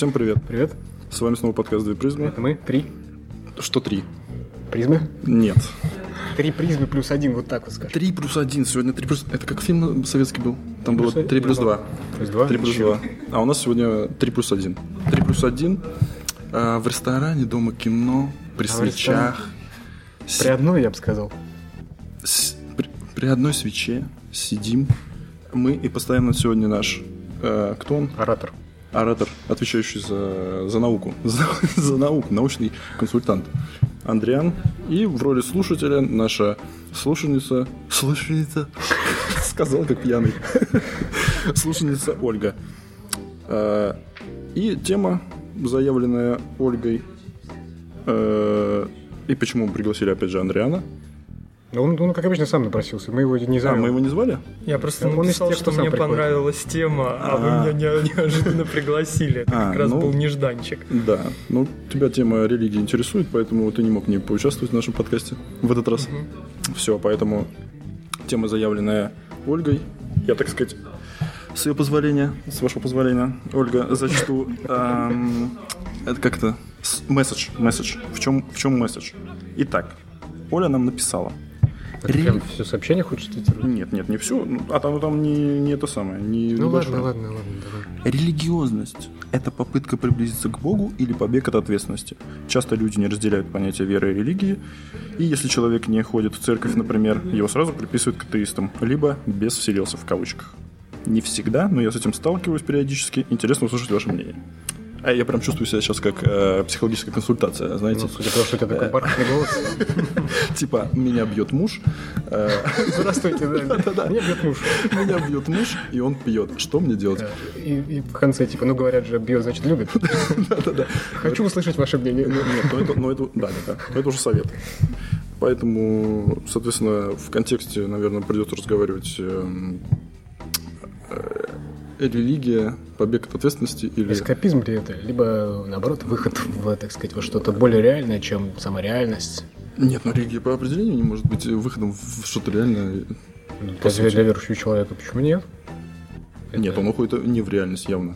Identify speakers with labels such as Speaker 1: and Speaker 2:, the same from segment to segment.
Speaker 1: Всем привет.
Speaker 2: Привет.
Speaker 1: С вами снова подкаст «Две призмы».
Speaker 2: Это мы. Три
Speaker 1: Что три?
Speaker 2: призмы.
Speaker 1: Нет.
Speaker 2: Три призмы плюс один, вот так вот скажем.
Speaker 1: Три плюс один. Сегодня три плюс... Это как фильм советский был? Там было
Speaker 2: Плюс
Speaker 1: три плюс
Speaker 2: один?
Speaker 1: два.
Speaker 2: Плюс два?
Speaker 1: Три плюс
Speaker 2: Ничего.
Speaker 1: два. А у нас сегодня три плюс один. Три плюс один а, в ресторане, дома, кино, при
Speaker 2: А в
Speaker 1: свечах.
Speaker 2: При одной, я бы сказал.
Speaker 1: С- при, при одной свече сидим. Мы и постоянно сегодня наш... э, кто он?
Speaker 2: Оратор.
Speaker 1: оратор, отвечающий за, за науку, за, за науку, научный консультант Андриан. И в роли слушателя наша слушательница... Слушательница? Сказал, как пьяный. Слушательница Ольга. Э, И тема, заявленная Ольгой, э, и почему мы пригласили опять же Андриана.
Speaker 2: Ну, Он, он, как обычно, сам напросился. Мы его не
Speaker 1: А, мы
Speaker 2: зовем.
Speaker 1: его не звали?
Speaker 3: Я просто
Speaker 2: Он из
Speaker 3: написал,
Speaker 2: тех,
Speaker 3: что
Speaker 2: кто сам
Speaker 3: мне
Speaker 2: приходит.
Speaker 3: понравилась тема, а
Speaker 1: А.
Speaker 3: вы меня не- неожиданно пригласили. Это
Speaker 1: А,
Speaker 3: как раз
Speaker 1: ну.
Speaker 3: был нежданчик.
Speaker 1: Да. Ну, тебя тема религии интересует, поэтому ты не мог не поучаствовать в нашем подкасте в этот раз. Все, поэтому тема, заявленная Ольгой, я, так сказать, с ее позволения, с вашего позволения, Ольга, зачту эм, это как-то с- месседж, месседж. В чем, в чем месседж? Итак, Оля нам написала.
Speaker 2: Прям все сообщение хочет титировать.
Speaker 1: Нет, нет, не все. А там, там не, не это самое. Не,
Speaker 2: Ну
Speaker 1: небольшое.
Speaker 2: ладно, ладно, ладно, давай.
Speaker 1: Религиозность – это попытка приблизиться к Богу или побег от ответственности. Часто люди не разделяют понятия веры и религии, и если человек не ходит в церковь, например, его сразу приписывают к атеистам, либо «бес вселился» в кавычках. Не всегда, но я с этим сталкиваюсь периодически. Интересно услышать ваше мнение. А я прям чувствую себя сейчас как э, психологическая консультация, знаете?
Speaker 2: Ну, судя по тому, что у тебя такой бархатный голос.
Speaker 1: Типа, меня бьет муж, э,
Speaker 2: Здравствуйте, да. Меня бьет муж.
Speaker 1: меня бьет муж, и он пьет. Что мне делать?
Speaker 2: И, и в конце, типа, ну говорят же, бьет, значит, любит. Хочу услышать ваше мнение.
Speaker 1: Ну, Нет, ну это, ну это, да, да, да. Но это уже совет. Поэтому, соответственно, в контексте, наверное, придется разговаривать эм, э, религия, побег от ответственности или...
Speaker 2: Эскапизм ли это? Либо, наоборот, выход в, так сказать, во что-то более реальное, чем сама реальность.
Speaker 1: Нет, ну религия по определению не может быть выходом в что-то реальное.
Speaker 2: Разве Ну, для верующего человека почему нет?
Speaker 1: Нет, он уходит не в реальность явно.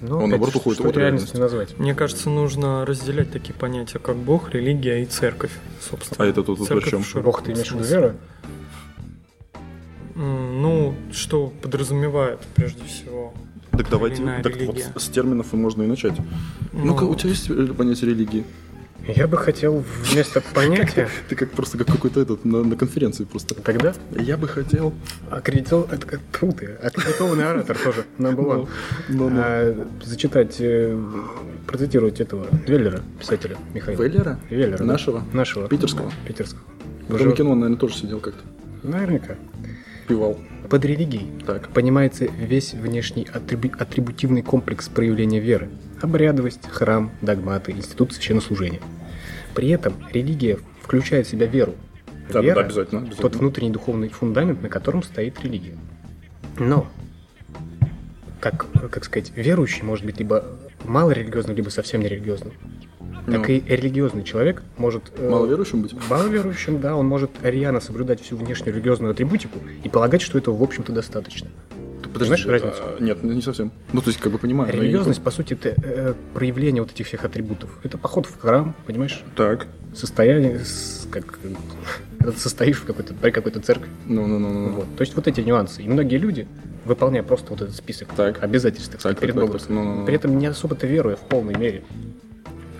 Speaker 2: Ну,
Speaker 1: Он,
Speaker 2: опять,
Speaker 1: наоборот,
Speaker 2: что-
Speaker 1: уходит
Speaker 2: что
Speaker 1: от
Speaker 2: реальностью назвать.
Speaker 3: Мне кажется, нужно разделять такие понятия, как Бог, религия и церковь, собственно.
Speaker 1: А это тут вот
Speaker 3: Церковь
Speaker 1: при чем?
Speaker 3: в широком
Speaker 2: Бог, ты имеешь в виду
Speaker 3: смысле.
Speaker 2: веру?
Speaker 3: М, Ну, что подразумевает, прежде всего.
Speaker 1: Так давайте,
Speaker 3: иная
Speaker 1: так вот
Speaker 3: религия.
Speaker 1: с терминов и можно и начать.
Speaker 3: Ну,
Speaker 1: Ну-ка, Ну, у тебя есть э, понятие религии?
Speaker 2: Я бы хотел вместо понятия
Speaker 1: Ты как просто как какой-то этот на, на конференции просто.
Speaker 2: тогда
Speaker 1: Я бы хотел...
Speaker 2: аккредитов... ак- Фу ты, аккредитованный оратор тоже, number one.
Speaker 1: Ну, ну, ну.
Speaker 2: А, Зачитать, э, процитировать этого Веллера, писателя Михаила.
Speaker 1: Веллера?
Speaker 2: Веллера. да.
Speaker 1: Нашего?
Speaker 2: Нашего.
Speaker 1: Питерского?
Speaker 2: Питерского.
Speaker 1: Потом
Speaker 2: Уже-
Speaker 1: кино, наверное, тоже сидел как-то.
Speaker 2: Наверняка.
Speaker 1: Пивал.
Speaker 2: Под религией
Speaker 1: Так.
Speaker 2: понимается весь внешний атрибу- атрибутивный комплекс проявления веры. Обрядовость, храм, догматы, институт священнослужения. При этом религия включает в себя веру.
Speaker 1: Да,
Speaker 2: Вера
Speaker 1: да, обязательно.
Speaker 2: тот
Speaker 1: обязательно.
Speaker 2: внутренний духовный фундамент, на котором стоит религия. Но, как, как сказать, верующий может быть либо малорелигиозным, либо совсем нерелигиозным.
Speaker 1: Ну.
Speaker 2: Так и религиозный человек может... э,
Speaker 1: Маловерующим быть?
Speaker 2: маловерующим, да, он может рьяно соблюдать всю внешнюю религиозную атрибутику и полагать, что этого, в общем-то, достаточно. Понимаешь
Speaker 1: Подожди,
Speaker 2: разницу?
Speaker 1: а, Нет, не совсем. Ну, то есть, как бы понимаю. но я не
Speaker 2: Религиозность, по сути, это э, проявление вот этих всех атрибутов. Это поход в храм, понимаешь?
Speaker 1: понимаю. Так.
Speaker 2: Состояние, с- как э, когда ты состоишь в какой-то, при какой-то церкви.
Speaker 1: Ну, ну, ну, ну.
Speaker 2: Вот. То есть вот эти нюансы. И многие люди, выполняя просто вот этот список
Speaker 1: Так.
Speaker 2: обязательств, так
Speaker 1: Так,
Speaker 2: сказать,
Speaker 1: так,
Speaker 2: перед
Speaker 1: так,
Speaker 2: Богом,
Speaker 1: так, ну, ну, ну.
Speaker 2: при этом не особо-то веруя в полной мере,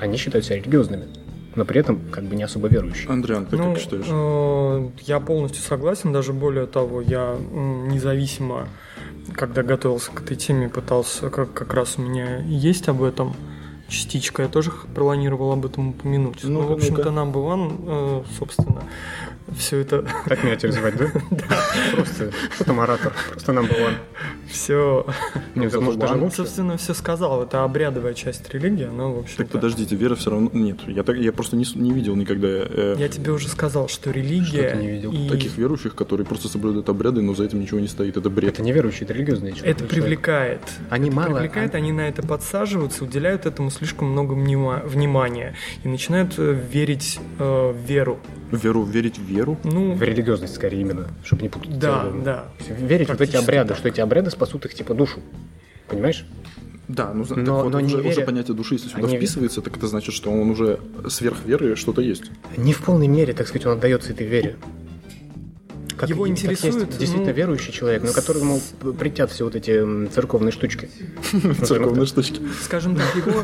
Speaker 2: они считают себя религиозными, но при этом как бы не особо верующими.
Speaker 1: Андриан, ты
Speaker 3: Ну,
Speaker 1: как считаешь?
Speaker 3: э, я полностью согласен, даже более того, я м, независимо, когда готовился к этой теме, пытался, как, как раз у меня есть об этом частичка, я тоже х- планировал об этом упомянуть.
Speaker 1: Ну-ка,
Speaker 3: Ну, в
Speaker 1: ну-ка.
Speaker 3: общем-то, нам бы э, собственно, все это,
Speaker 2: Так меня теперь звать, да? Просто, что там оратор? Просто нам было.
Speaker 3: все,
Speaker 2: Нет,
Speaker 1: зато
Speaker 2: Ну, может, даже
Speaker 1: ладно.
Speaker 2: лучше.
Speaker 3: собственно, все сказал, это обрядовая часть религии, но, в
Speaker 1: Так
Speaker 3: общем-то,
Speaker 1: подождите, вера все равно... Нет, я, так, я просто не, с- не видел никогда э,
Speaker 3: я тебе уже сказал, что
Speaker 2: Что ты не
Speaker 3: религия
Speaker 2: видел?
Speaker 3: и
Speaker 1: таких верующих, которые просто соблюдают обряды, но за этим ничего не стоит. Это бред.
Speaker 2: Это неверующие, это религиозные человек.
Speaker 3: это привлекает.
Speaker 2: Они мало...
Speaker 3: привлекает, они на это подсаживаются, уделяют этому слишком много внима- внимания и начинают э, верить э, в веру.
Speaker 1: Веру, верить в веру?
Speaker 3: Ну,
Speaker 2: В религиозность скорее именно, чтобы не путать.
Speaker 3: да,
Speaker 2: целую.
Speaker 3: да.
Speaker 2: То есть Верить в эти
Speaker 3: Практически
Speaker 2: обряды,
Speaker 3: так.
Speaker 2: что эти обряды спасут их типа душу. Понимаешь?
Speaker 1: Да, ну, так
Speaker 2: Но-
Speaker 1: вот,
Speaker 2: но не
Speaker 1: уже,
Speaker 2: веря-
Speaker 1: уже понятие души, если сюда
Speaker 2: Они-
Speaker 1: вписывается, так это значит, что он уже сверх веры что-то есть.
Speaker 2: Не в полной мере, так сказать, он отдается этой вере.
Speaker 3: Его
Speaker 2: и-
Speaker 3: интересует,
Speaker 2: есть действительно
Speaker 3: ну,
Speaker 2: верующий человек, но которому п- притят все вот эти м, церковные штучки.
Speaker 1: Церковные штучки.
Speaker 3: Скажем так, его,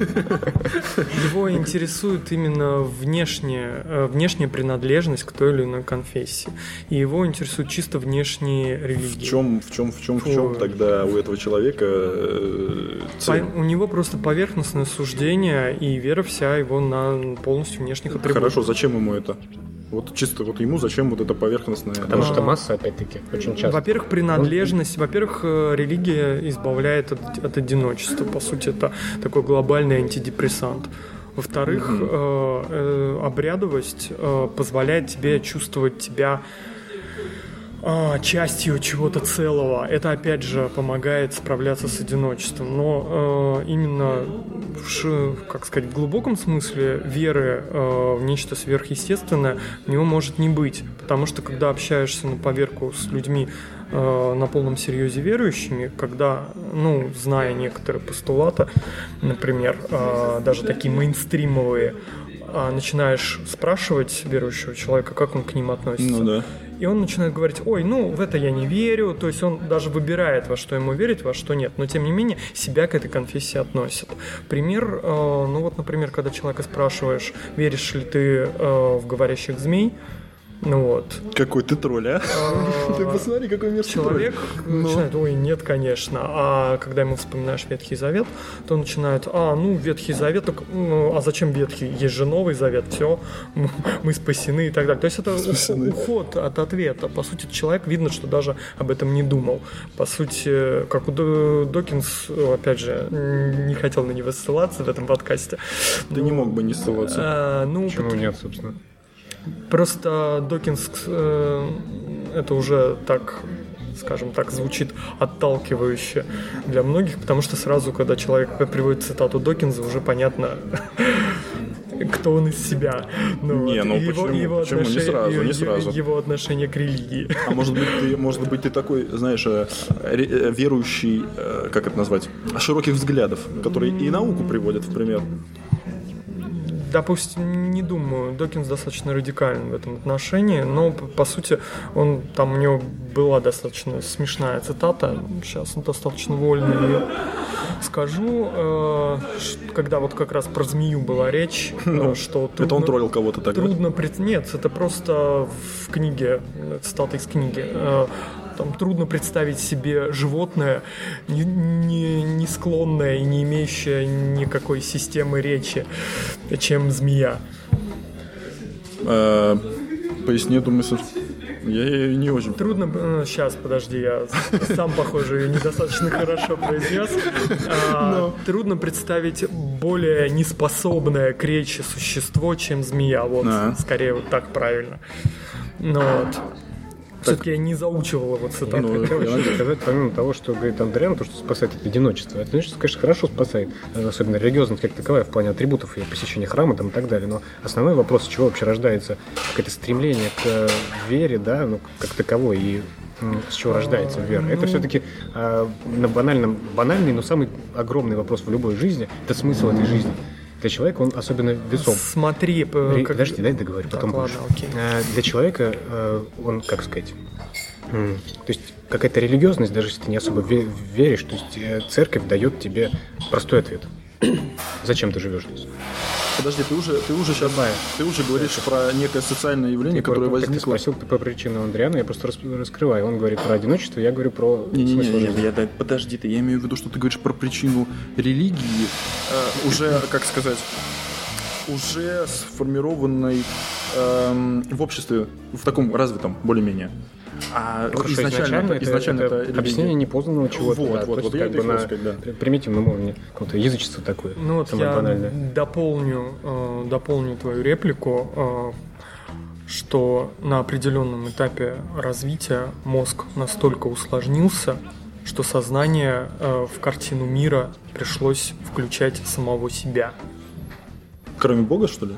Speaker 3: его интересует именно внешняя, э, внешняя принадлежность к той или иной конфессии. И его интересуют чисто внешние
Speaker 1: В
Speaker 3: религии.
Speaker 1: чем, в чем, в чем, в чем
Speaker 3: Фу.
Speaker 1: тогда у этого человека э,
Speaker 3: По-
Speaker 1: цель?
Speaker 3: у него просто поверхностное суждение, и вера вся его на полностью внешних атрибутах.
Speaker 1: Хорошо, зачем ему это? Вот чисто вот ему зачем вот это поверхностное?
Speaker 2: Потому
Speaker 3: А.
Speaker 2: что масса, опять-таки, очень часто.
Speaker 3: Ну, Во-первых, принадлежность. Во-первых, э, религия избавляет от, от одиночества. По сути, это такой глобальный антидепрессант. Во-вторых, э, э, обрядовость э, позволяет тебе чувствовать себя а, частью чего-то целого. Это опять же помогает справляться с одиночеством. Но э, именно в, ши- как сказать, в глубоком смысле веры э, в нечто сверхъестественное у него может не быть. Потому что когда общаешься на поверку с людьми э, на полном серьезе верующими, когда, ну, зная некоторые постулаты, например, э, даже такие мейнстримовые, а, начинаешь спрашивать верующего человека, как он к ним относится.
Speaker 1: Ну да.
Speaker 3: И он начинает говорить, ой, ну в это я не верю, то есть он даже выбирает, во что ему верить, во что нет, но тем не менее себя к этой конфессии относит. Пример, э, ну вот, например, когда человека спрашиваешь, веришь ли ты э, в говорящих змей, ну вот,
Speaker 1: Какой ты тролль, а?
Speaker 3: э,
Speaker 1: Ты посмотри, какой мерзкий
Speaker 3: человек
Speaker 1: Ну.
Speaker 3: начинает, ой, нет, конечно, а когда ему вспоминаешь Ветхий Завет, то он начинает, а, ну, Ветхий Завет, так, ну, а зачем Ветхий, есть же Новый Завет, все, мы спасены и так далее. То есть это
Speaker 1: Спасены.
Speaker 3: у- уход от ответа. По сути, человек видно, что даже об этом не думал. По сути, как у До- Докинс, опять же, не хотел на него ссылаться в этом подкасте. ну,
Speaker 1: Ты не мог бы не ссылаться.
Speaker 3: А, ну,
Speaker 2: Почему нет, собственно?
Speaker 3: Просто Докинс э, это уже так, скажем так, звучит отталкивающе для многих, потому что сразу, когда человек приводит цитату Докинза, уже понятно, кто он из себя.
Speaker 1: Не,
Speaker 3: вот,
Speaker 1: ну
Speaker 3: и его,
Speaker 1: почему?
Speaker 3: и его
Speaker 1: Почему? Не
Speaker 3: отношение-
Speaker 1: сразу, не
Speaker 3: и- и-
Speaker 1: сразу.
Speaker 3: Его отношение к религии.
Speaker 1: А может быть, ты, может быть, ты такой, знаешь, э, ре- э, верующий, э, как это назвать, широких взглядов, которые и науку приводят в пример.
Speaker 3: Допустим, не думаю. Докинс достаточно радикален в этом отношении, но п- по сути он там у него была достаточно смешная цитата. Сейчас он достаточно вольно ее скажу. Э, ш- Когда вот как раз про змею была речь,
Speaker 1: Ну,
Speaker 3: э, что
Speaker 1: Это он
Speaker 3: трудно-
Speaker 1: троллил кого-то так. да?
Speaker 3: Трудно пред... Нет, это просто в книге, э, цитата из книги. Э, Там трудно представить себе животное, не, не- не склонное и не имеющее никакой системы речи, чем змея.
Speaker 1: Э, Поясни эту мысль. Я ее не очень...
Speaker 3: Трудно... сейчас, подожди, я с- сам, похоже, ее недостаточно хорошо произнес. А, Трудно представить более неспособное к речи существо, чем змея. Вот,
Speaker 1: Да.
Speaker 3: скорее, вот так правильно. Ну вот. Все-таки я не заучивал его цитату.
Speaker 1: Ну,
Speaker 2: Хотел
Speaker 1: я
Speaker 2: еще
Speaker 1: надеюсь.
Speaker 2: сказать, помимо того, что говорит Андриан, то, что спасает от одиночества. Одиночество, конечно, хорошо спасает, э, особенно религиозность как таковая, в плане атрибутов и посещения храма там, и так далее. Но основной вопрос, с чего вообще рождается какое-то стремление к э, вере, да, ну, как таковой, и м, с чего рождается вера. Это
Speaker 3: ну.
Speaker 2: все-таки э, на банальном, банальный, но самый огромный вопрос в любой жизни – это смысл этой жизни. Для человека он особенно весом.
Speaker 3: Смотри,
Speaker 2: Ре-
Speaker 3: э, как-
Speaker 2: Подожди, дай договорю,
Speaker 3: Так,
Speaker 2: потом
Speaker 3: ладно,
Speaker 2: будешь.
Speaker 3: окей.
Speaker 2: Э, Для человека э, он, как сказать, м, то есть какая-то религиозность, даже если ты не особо ве- веришь, то есть э, церковь дает тебе простой ответ. Зачем ты живешь здесь?
Speaker 1: Подожди, ты уже, ты уже сейчас,
Speaker 2: Давай.
Speaker 1: ты уже говоришь про некое социальное явление, которое
Speaker 2: Как ты
Speaker 1: возникло.
Speaker 2: спросил ты по причине Андриана, я просто рас- раскрываю. Он говорит про одиночество, я говорю про смысл
Speaker 1: Не-не-не,
Speaker 2: жизни.
Speaker 1: я- да, подожди ты, я имею в виду, что ты говоришь про причину религии, э, уже, как сказать, уже сформированной эм, в обществе, в таком развитом, более-менее. А
Speaker 2: Ну, хорошо,
Speaker 1: изначально, изначально это, религия.
Speaker 2: объяснение непознанного чего-то.
Speaker 1: Вот,
Speaker 2: да,
Speaker 1: вот,
Speaker 2: то есть
Speaker 1: вот я
Speaker 2: как
Speaker 1: это
Speaker 2: бы
Speaker 1: и
Speaker 2: на
Speaker 1: хотел сказать,
Speaker 2: при- примитивном уровне, какого-то язычества такое,
Speaker 3: Ну вот
Speaker 2: самое
Speaker 3: я
Speaker 2: банальное.
Speaker 3: дополню, э, дополню твою реплику, э, что на определенном этапе развития мозг настолько усложнился, что сознание э, в картину мира пришлось включать самого себя.
Speaker 1: Кроме Бога, что ли?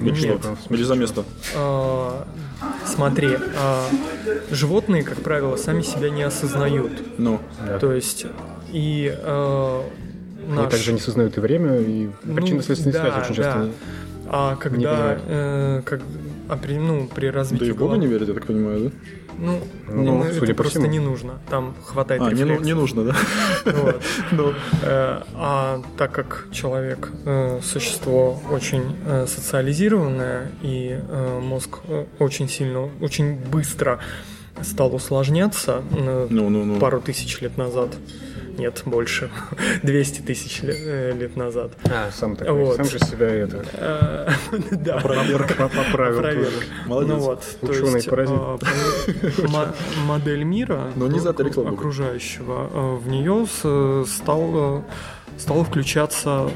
Speaker 1: Или
Speaker 3: Нет,
Speaker 1: что?
Speaker 2: в смысле,
Speaker 1: Или за место?
Speaker 3: Э, Смотри, э, животные, как правило, сами себя не осознают.
Speaker 1: Ну,
Speaker 2: Да.
Speaker 3: То есть и э,
Speaker 2: Они также не сознают и время, и
Speaker 3: Ну,
Speaker 2: причинно-следственные
Speaker 3: да,
Speaker 2: связи очень часто.
Speaker 3: да.
Speaker 2: не-
Speaker 3: А когда,
Speaker 2: понимают.
Speaker 3: э, как, а при, ну, при развитии
Speaker 1: Да и в Бога
Speaker 3: голов-
Speaker 1: не верят, я так понимаю, да?
Speaker 3: Ну,
Speaker 2: Ну,
Speaker 3: ну,
Speaker 2: судя
Speaker 3: это
Speaker 2: по
Speaker 3: просто
Speaker 2: всему.
Speaker 3: не нужно. Там хватает
Speaker 1: А, не, ну-
Speaker 3: рефлексов.
Speaker 1: не нужно, да?
Speaker 3: Вот.
Speaker 1: Ну,
Speaker 3: Э, А так как человек э, существо очень э, социализированное и э, мозг э, очень сильно, очень быстро стал усложняться э,
Speaker 1: ну, ну. ну.
Speaker 3: пару тысяч лет назад. Нет, больше. 200 тысяч ле- э, лет назад.
Speaker 2: А, сам такой,
Speaker 3: Вот.
Speaker 2: сам же себя это
Speaker 3: Э, Да.
Speaker 2: поп- поправил.
Speaker 3: Проверка.
Speaker 2: тоже.
Speaker 1: Молодец.
Speaker 3: Ну вот, то
Speaker 2: Ученый
Speaker 3: есть,
Speaker 2: паразит.
Speaker 3: а, по- мо- модель мира
Speaker 1: Но не за
Speaker 3: окру-
Speaker 1: Тарик Лобова.
Speaker 3: окружающего а, в нее с- стал, а, стало включаться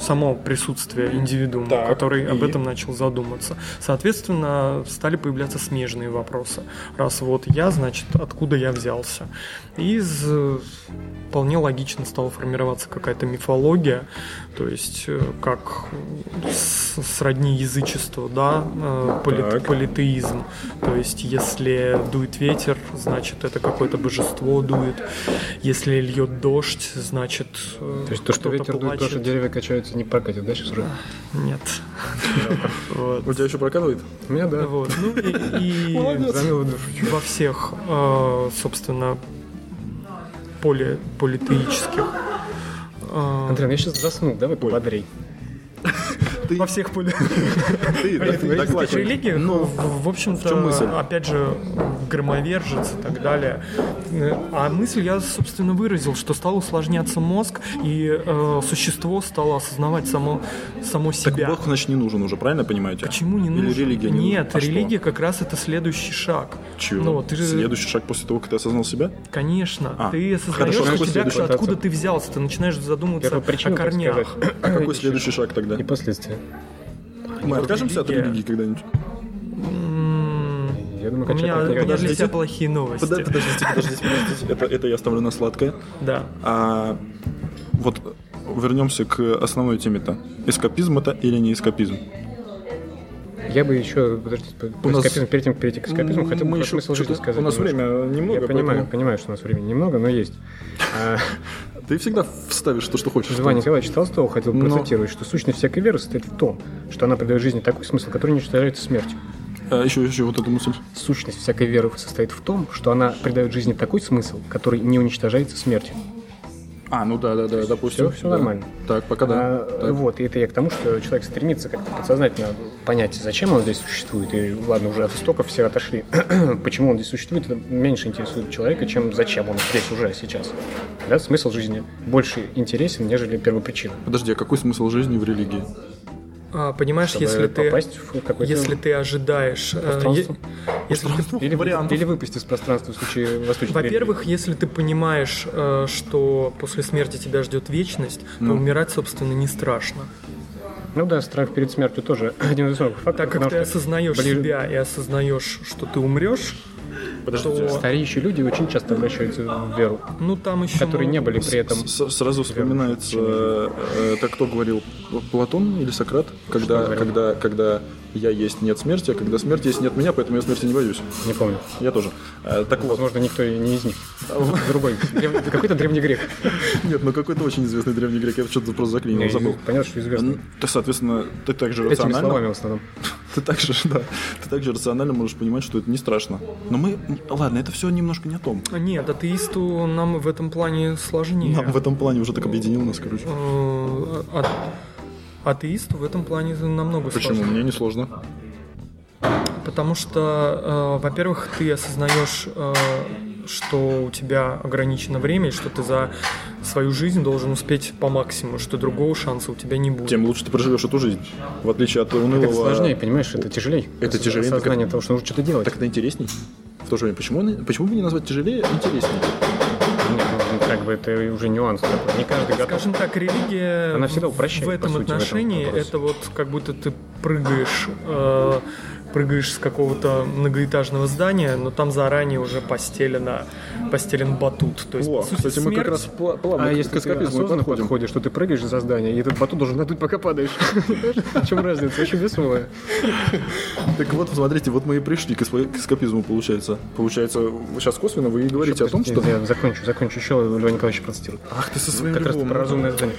Speaker 3: само присутствие индивидуума,
Speaker 2: Так,
Speaker 3: который об
Speaker 2: и?
Speaker 3: этом начал задуматься. Соответственно, стали появляться смежные вопросы. Раз вот я, значит, откуда я взялся. И из э, вполне логично стала формироваться какая-то мифология, то есть э, как э, с- сродни язычеству, да, э, полит-
Speaker 1: Так.
Speaker 3: политеизм. То есть если дует ветер, значит это какое-то божество дует. Если льет дождь, значит э,
Speaker 2: То есть то, что ветер дует, то, что деревья качаются, не прокатит, да, сейчас уже?
Speaker 3: Нет. Вот.
Speaker 1: У тебя еще прокалывает?
Speaker 2: У меня, да.
Speaker 3: Вот. Ну и- и
Speaker 1: Молодец.
Speaker 2: Замело душу.
Speaker 3: во всех, э, собственно, поле, политеических. э,
Speaker 2: Андрей, ну я сейчас заснул, давай пободрей.
Speaker 3: во всех поле...
Speaker 1: Ты, да, ты
Speaker 3: политеистских
Speaker 1: докладчик.
Speaker 3: религиях,
Speaker 1: Ну,
Speaker 3: в, в общем-то,
Speaker 1: в чём мысль?
Speaker 3: опять же, громовержец и так далее. Э, А мысль я, собственно, выразил, что стал усложняться мозг, и э, существо стало осознавать само, само
Speaker 1: так
Speaker 3: себя.
Speaker 1: Бог, значит, не нужен уже, правильно я понимаю тебя?
Speaker 3: Почему не
Speaker 1: Или
Speaker 3: нужно?
Speaker 1: религия не
Speaker 3: Нет,
Speaker 1: нужна? А что?
Speaker 3: религия как раз это следующий шаг.
Speaker 1: Чего?
Speaker 3: Ну, ты же-
Speaker 1: Следующий шаг после того, как ты осознал себя?
Speaker 3: Конечно,
Speaker 1: А,
Speaker 3: ты осознаешь,
Speaker 2: ну
Speaker 1: хорошо,
Speaker 3: что
Speaker 1: какой
Speaker 3: тебя,
Speaker 1: следующий?
Speaker 3: откуда ты взялся, ты начинаешь задумываться
Speaker 2: Первую
Speaker 3: о
Speaker 2: причину, так сказать.
Speaker 3: корнях.
Speaker 1: А какой следующий шаг тогда?
Speaker 2: И последствия.
Speaker 1: Мы откажемся от
Speaker 3: религия.
Speaker 1: религии когда-нибудь?
Speaker 2: Я думаю,
Speaker 3: У меня, у
Speaker 2: качать
Speaker 3: меня
Speaker 2: так
Speaker 3: для
Speaker 1: подождите.
Speaker 3: тебя плохие новости.
Speaker 1: Подо- Подождите, подождите, подождите. Это, это я ставлю на сладкое.
Speaker 3: Да.
Speaker 1: А вот вернемся к основной теме-то. Эскапизм это или не эскапизм?
Speaker 2: Я бы еще, подождите, по- по
Speaker 1: нас-
Speaker 2: эскапизму, перед тем, как перейти к эскапизму, хотел бы
Speaker 1: Мы
Speaker 2: про
Speaker 1: еще
Speaker 2: смысл жизни
Speaker 1: что-то-
Speaker 2: сказать.
Speaker 1: У нас
Speaker 2: немножко.
Speaker 1: время немного.
Speaker 2: Я понимаю,
Speaker 1: поэтому-
Speaker 2: понимаю, что у нас времени немного, но есть. А,
Speaker 1: Ты всегда вставишь то, что хочешь.
Speaker 2: Жива Николаевич Толстого хотел бы
Speaker 1: Но-
Speaker 2: процитировать, что сущность всякой веры состоит в том, что она придает жизни такой смысл, который не уничтожается смертью.
Speaker 1: А, еще, еще вот эту мысль.
Speaker 2: Сущность всякой веры состоит в том, что она придает жизни такой смысл, который не уничтожается смертью.
Speaker 1: А, ну да, да, да, допустим.
Speaker 2: всё- всё
Speaker 1: Да.
Speaker 2: нормально.
Speaker 1: Так, пока да.
Speaker 2: А,
Speaker 1: Так.
Speaker 2: Вот, и это я к тому, что человек стремится как-то подсознательно понять, зачем он здесь существует. И ладно, уже от истоков все отошли. Почему он здесь существует, это меньше интересует человека, чем зачем он здесь уже сейчас. Да, смысл жизни больше интересен, нежели первопричина.
Speaker 1: Подожди, а какой смысл жизни в религии?
Speaker 3: А, понимаешь,
Speaker 2: Чтобы
Speaker 3: если ты,
Speaker 2: попасть в какой-то...
Speaker 3: если ты ожидаешь, э,
Speaker 2: пространство.
Speaker 3: е- если ты-
Speaker 2: Или, или выпасть из пространства в случае восточной
Speaker 3: во-первых, если ты понимаешь, э, что после смерти тебя ждет вечность, то
Speaker 1: Ну.
Speaker 3: умирать, собственно, не страшно.
Speaker 2: религии. Ну да, страх перед смертью тоже один из основных факторов.
Speaker 3: Так как
Speaker 2: потому
Speaker 3: ты
Speaker 2: что
Speaker 3: осознаешь
Speaker 2: ближе-
Speaker 3: себя и осознаешь, что ты умрешь,
Speaker 1: Подождите.
Speaker 3: то-
Speaker 2: Стареющие люди очень часто обращаются в веру,
Speaker 3: ну там еще
Speaker 2: которые не были при этом...
Speaker 1: С- Сразу вспоминается, э, это кто говорил, Платон или Сократ? Когда,
Speaker 2: говорил?
Speaker 1: когда, когда я есть нет смерти, а когда смерть есть нет меня, поэтому я смерти не боюсь.
Speaker 2: Не помню.
Speaker 1: Я тоже. Э, Так вот,
Speaker 2: Возможно, никто и не из них. Другой. Древ- Какой-то древний грех.
Speaker 1: нет, ну какой-то очень известный древний грек, я что-то просто заклинил, забыл.
Speaker 2: Понятно, что
Speaker 1: Ну,
Speaker 2: известно.
Speaker 1: Ты, соответственно, ты также
Speaker 2: Этими
Speaker 1: рационально.
Speaker 2: словами в основном.
Speaker 1: Ты также, да, ты также рационально можешь понимать, что это не страшно. Но мы, м, ладно, это все немножко не о том.
Speaker 3: Нет, атеисту нам в этом плане сложнее.
Speaker 1: Нам в этом плане уже так объединил нас, короче.
Speaker 3: Э, а- атеисту в этом плане намного
Speaker 1: Почему?
Speaker 3: сложнее.
Speaker 1: Мне не сложно.
Speaker 3: Потому что, э, во-первых, ты осознаешь, э, что у тебя ограничено время, и что ты за свою жизнь должен успеть по максимуму, что другого шанса у тебя не будет.
Speaker 1: Тем лучше ты проживешь эту жизнь. В отличие от унылого...
Speaker 2: Это сложнее, понимаешь, это тяжелее.
Speaker 1: Это тяжелее, так
Speaker 2: Сознание того, что нужно что-то делать.
Speaker 1: А Так это интересней. В то же время, почему, она- почему бы не назвать тяжелее, а интересней?
Speaker 2: Нет, ну, как бы это уже нюанс такой. Не каждый готов.
Speaker 3: Скажем так, религия
Speaker 2: Она всегда упрощает,
Speaker 3: в
Speaker 2: по
Speaker 3: этом
Speaker 2: сути, в этом
Speaker 3: отношении
Speaker 2: вопросе.
Speaker 3: это вот как будто ты прыгаешь э, прыгаешь с какого-то многоэтажного здания, но там заранее уже постелено, постелен батут. То есть,
Speaker 1: О,
Speaker 3: по сути,
Speaker 1: кстати, мы
Speaker 3: смерть-
Speaker 1: как раз пла- плавно
Speaker 2: А
Speaker 1: к
Speaker 2: если ты
Speaker 1: эскапизму и
Speaker 2: осознанно
Speaker 1: подходим.
Speaker 2: подходишь, что ты прыгаешь за здание, и этот батут должен надуть, пока падаешь. В чем разница? Очень веселая.
Speaker 1: Так вот, смотрите, вот мы и пришли к эсп- к эскапизму, получается. Получается, вы сейчас косвенно вы и говорите о том, что... А,
Speaker 2: Я закончу, закончу. Еще Леонид Николаевич процитирует.
Speaker 1: Ах, ты со своим
Speaker 2: Как раз
Speaker 1: львом,
Speaker 2: про
Speaker 1: ну.
Speaker 2: разумное здание.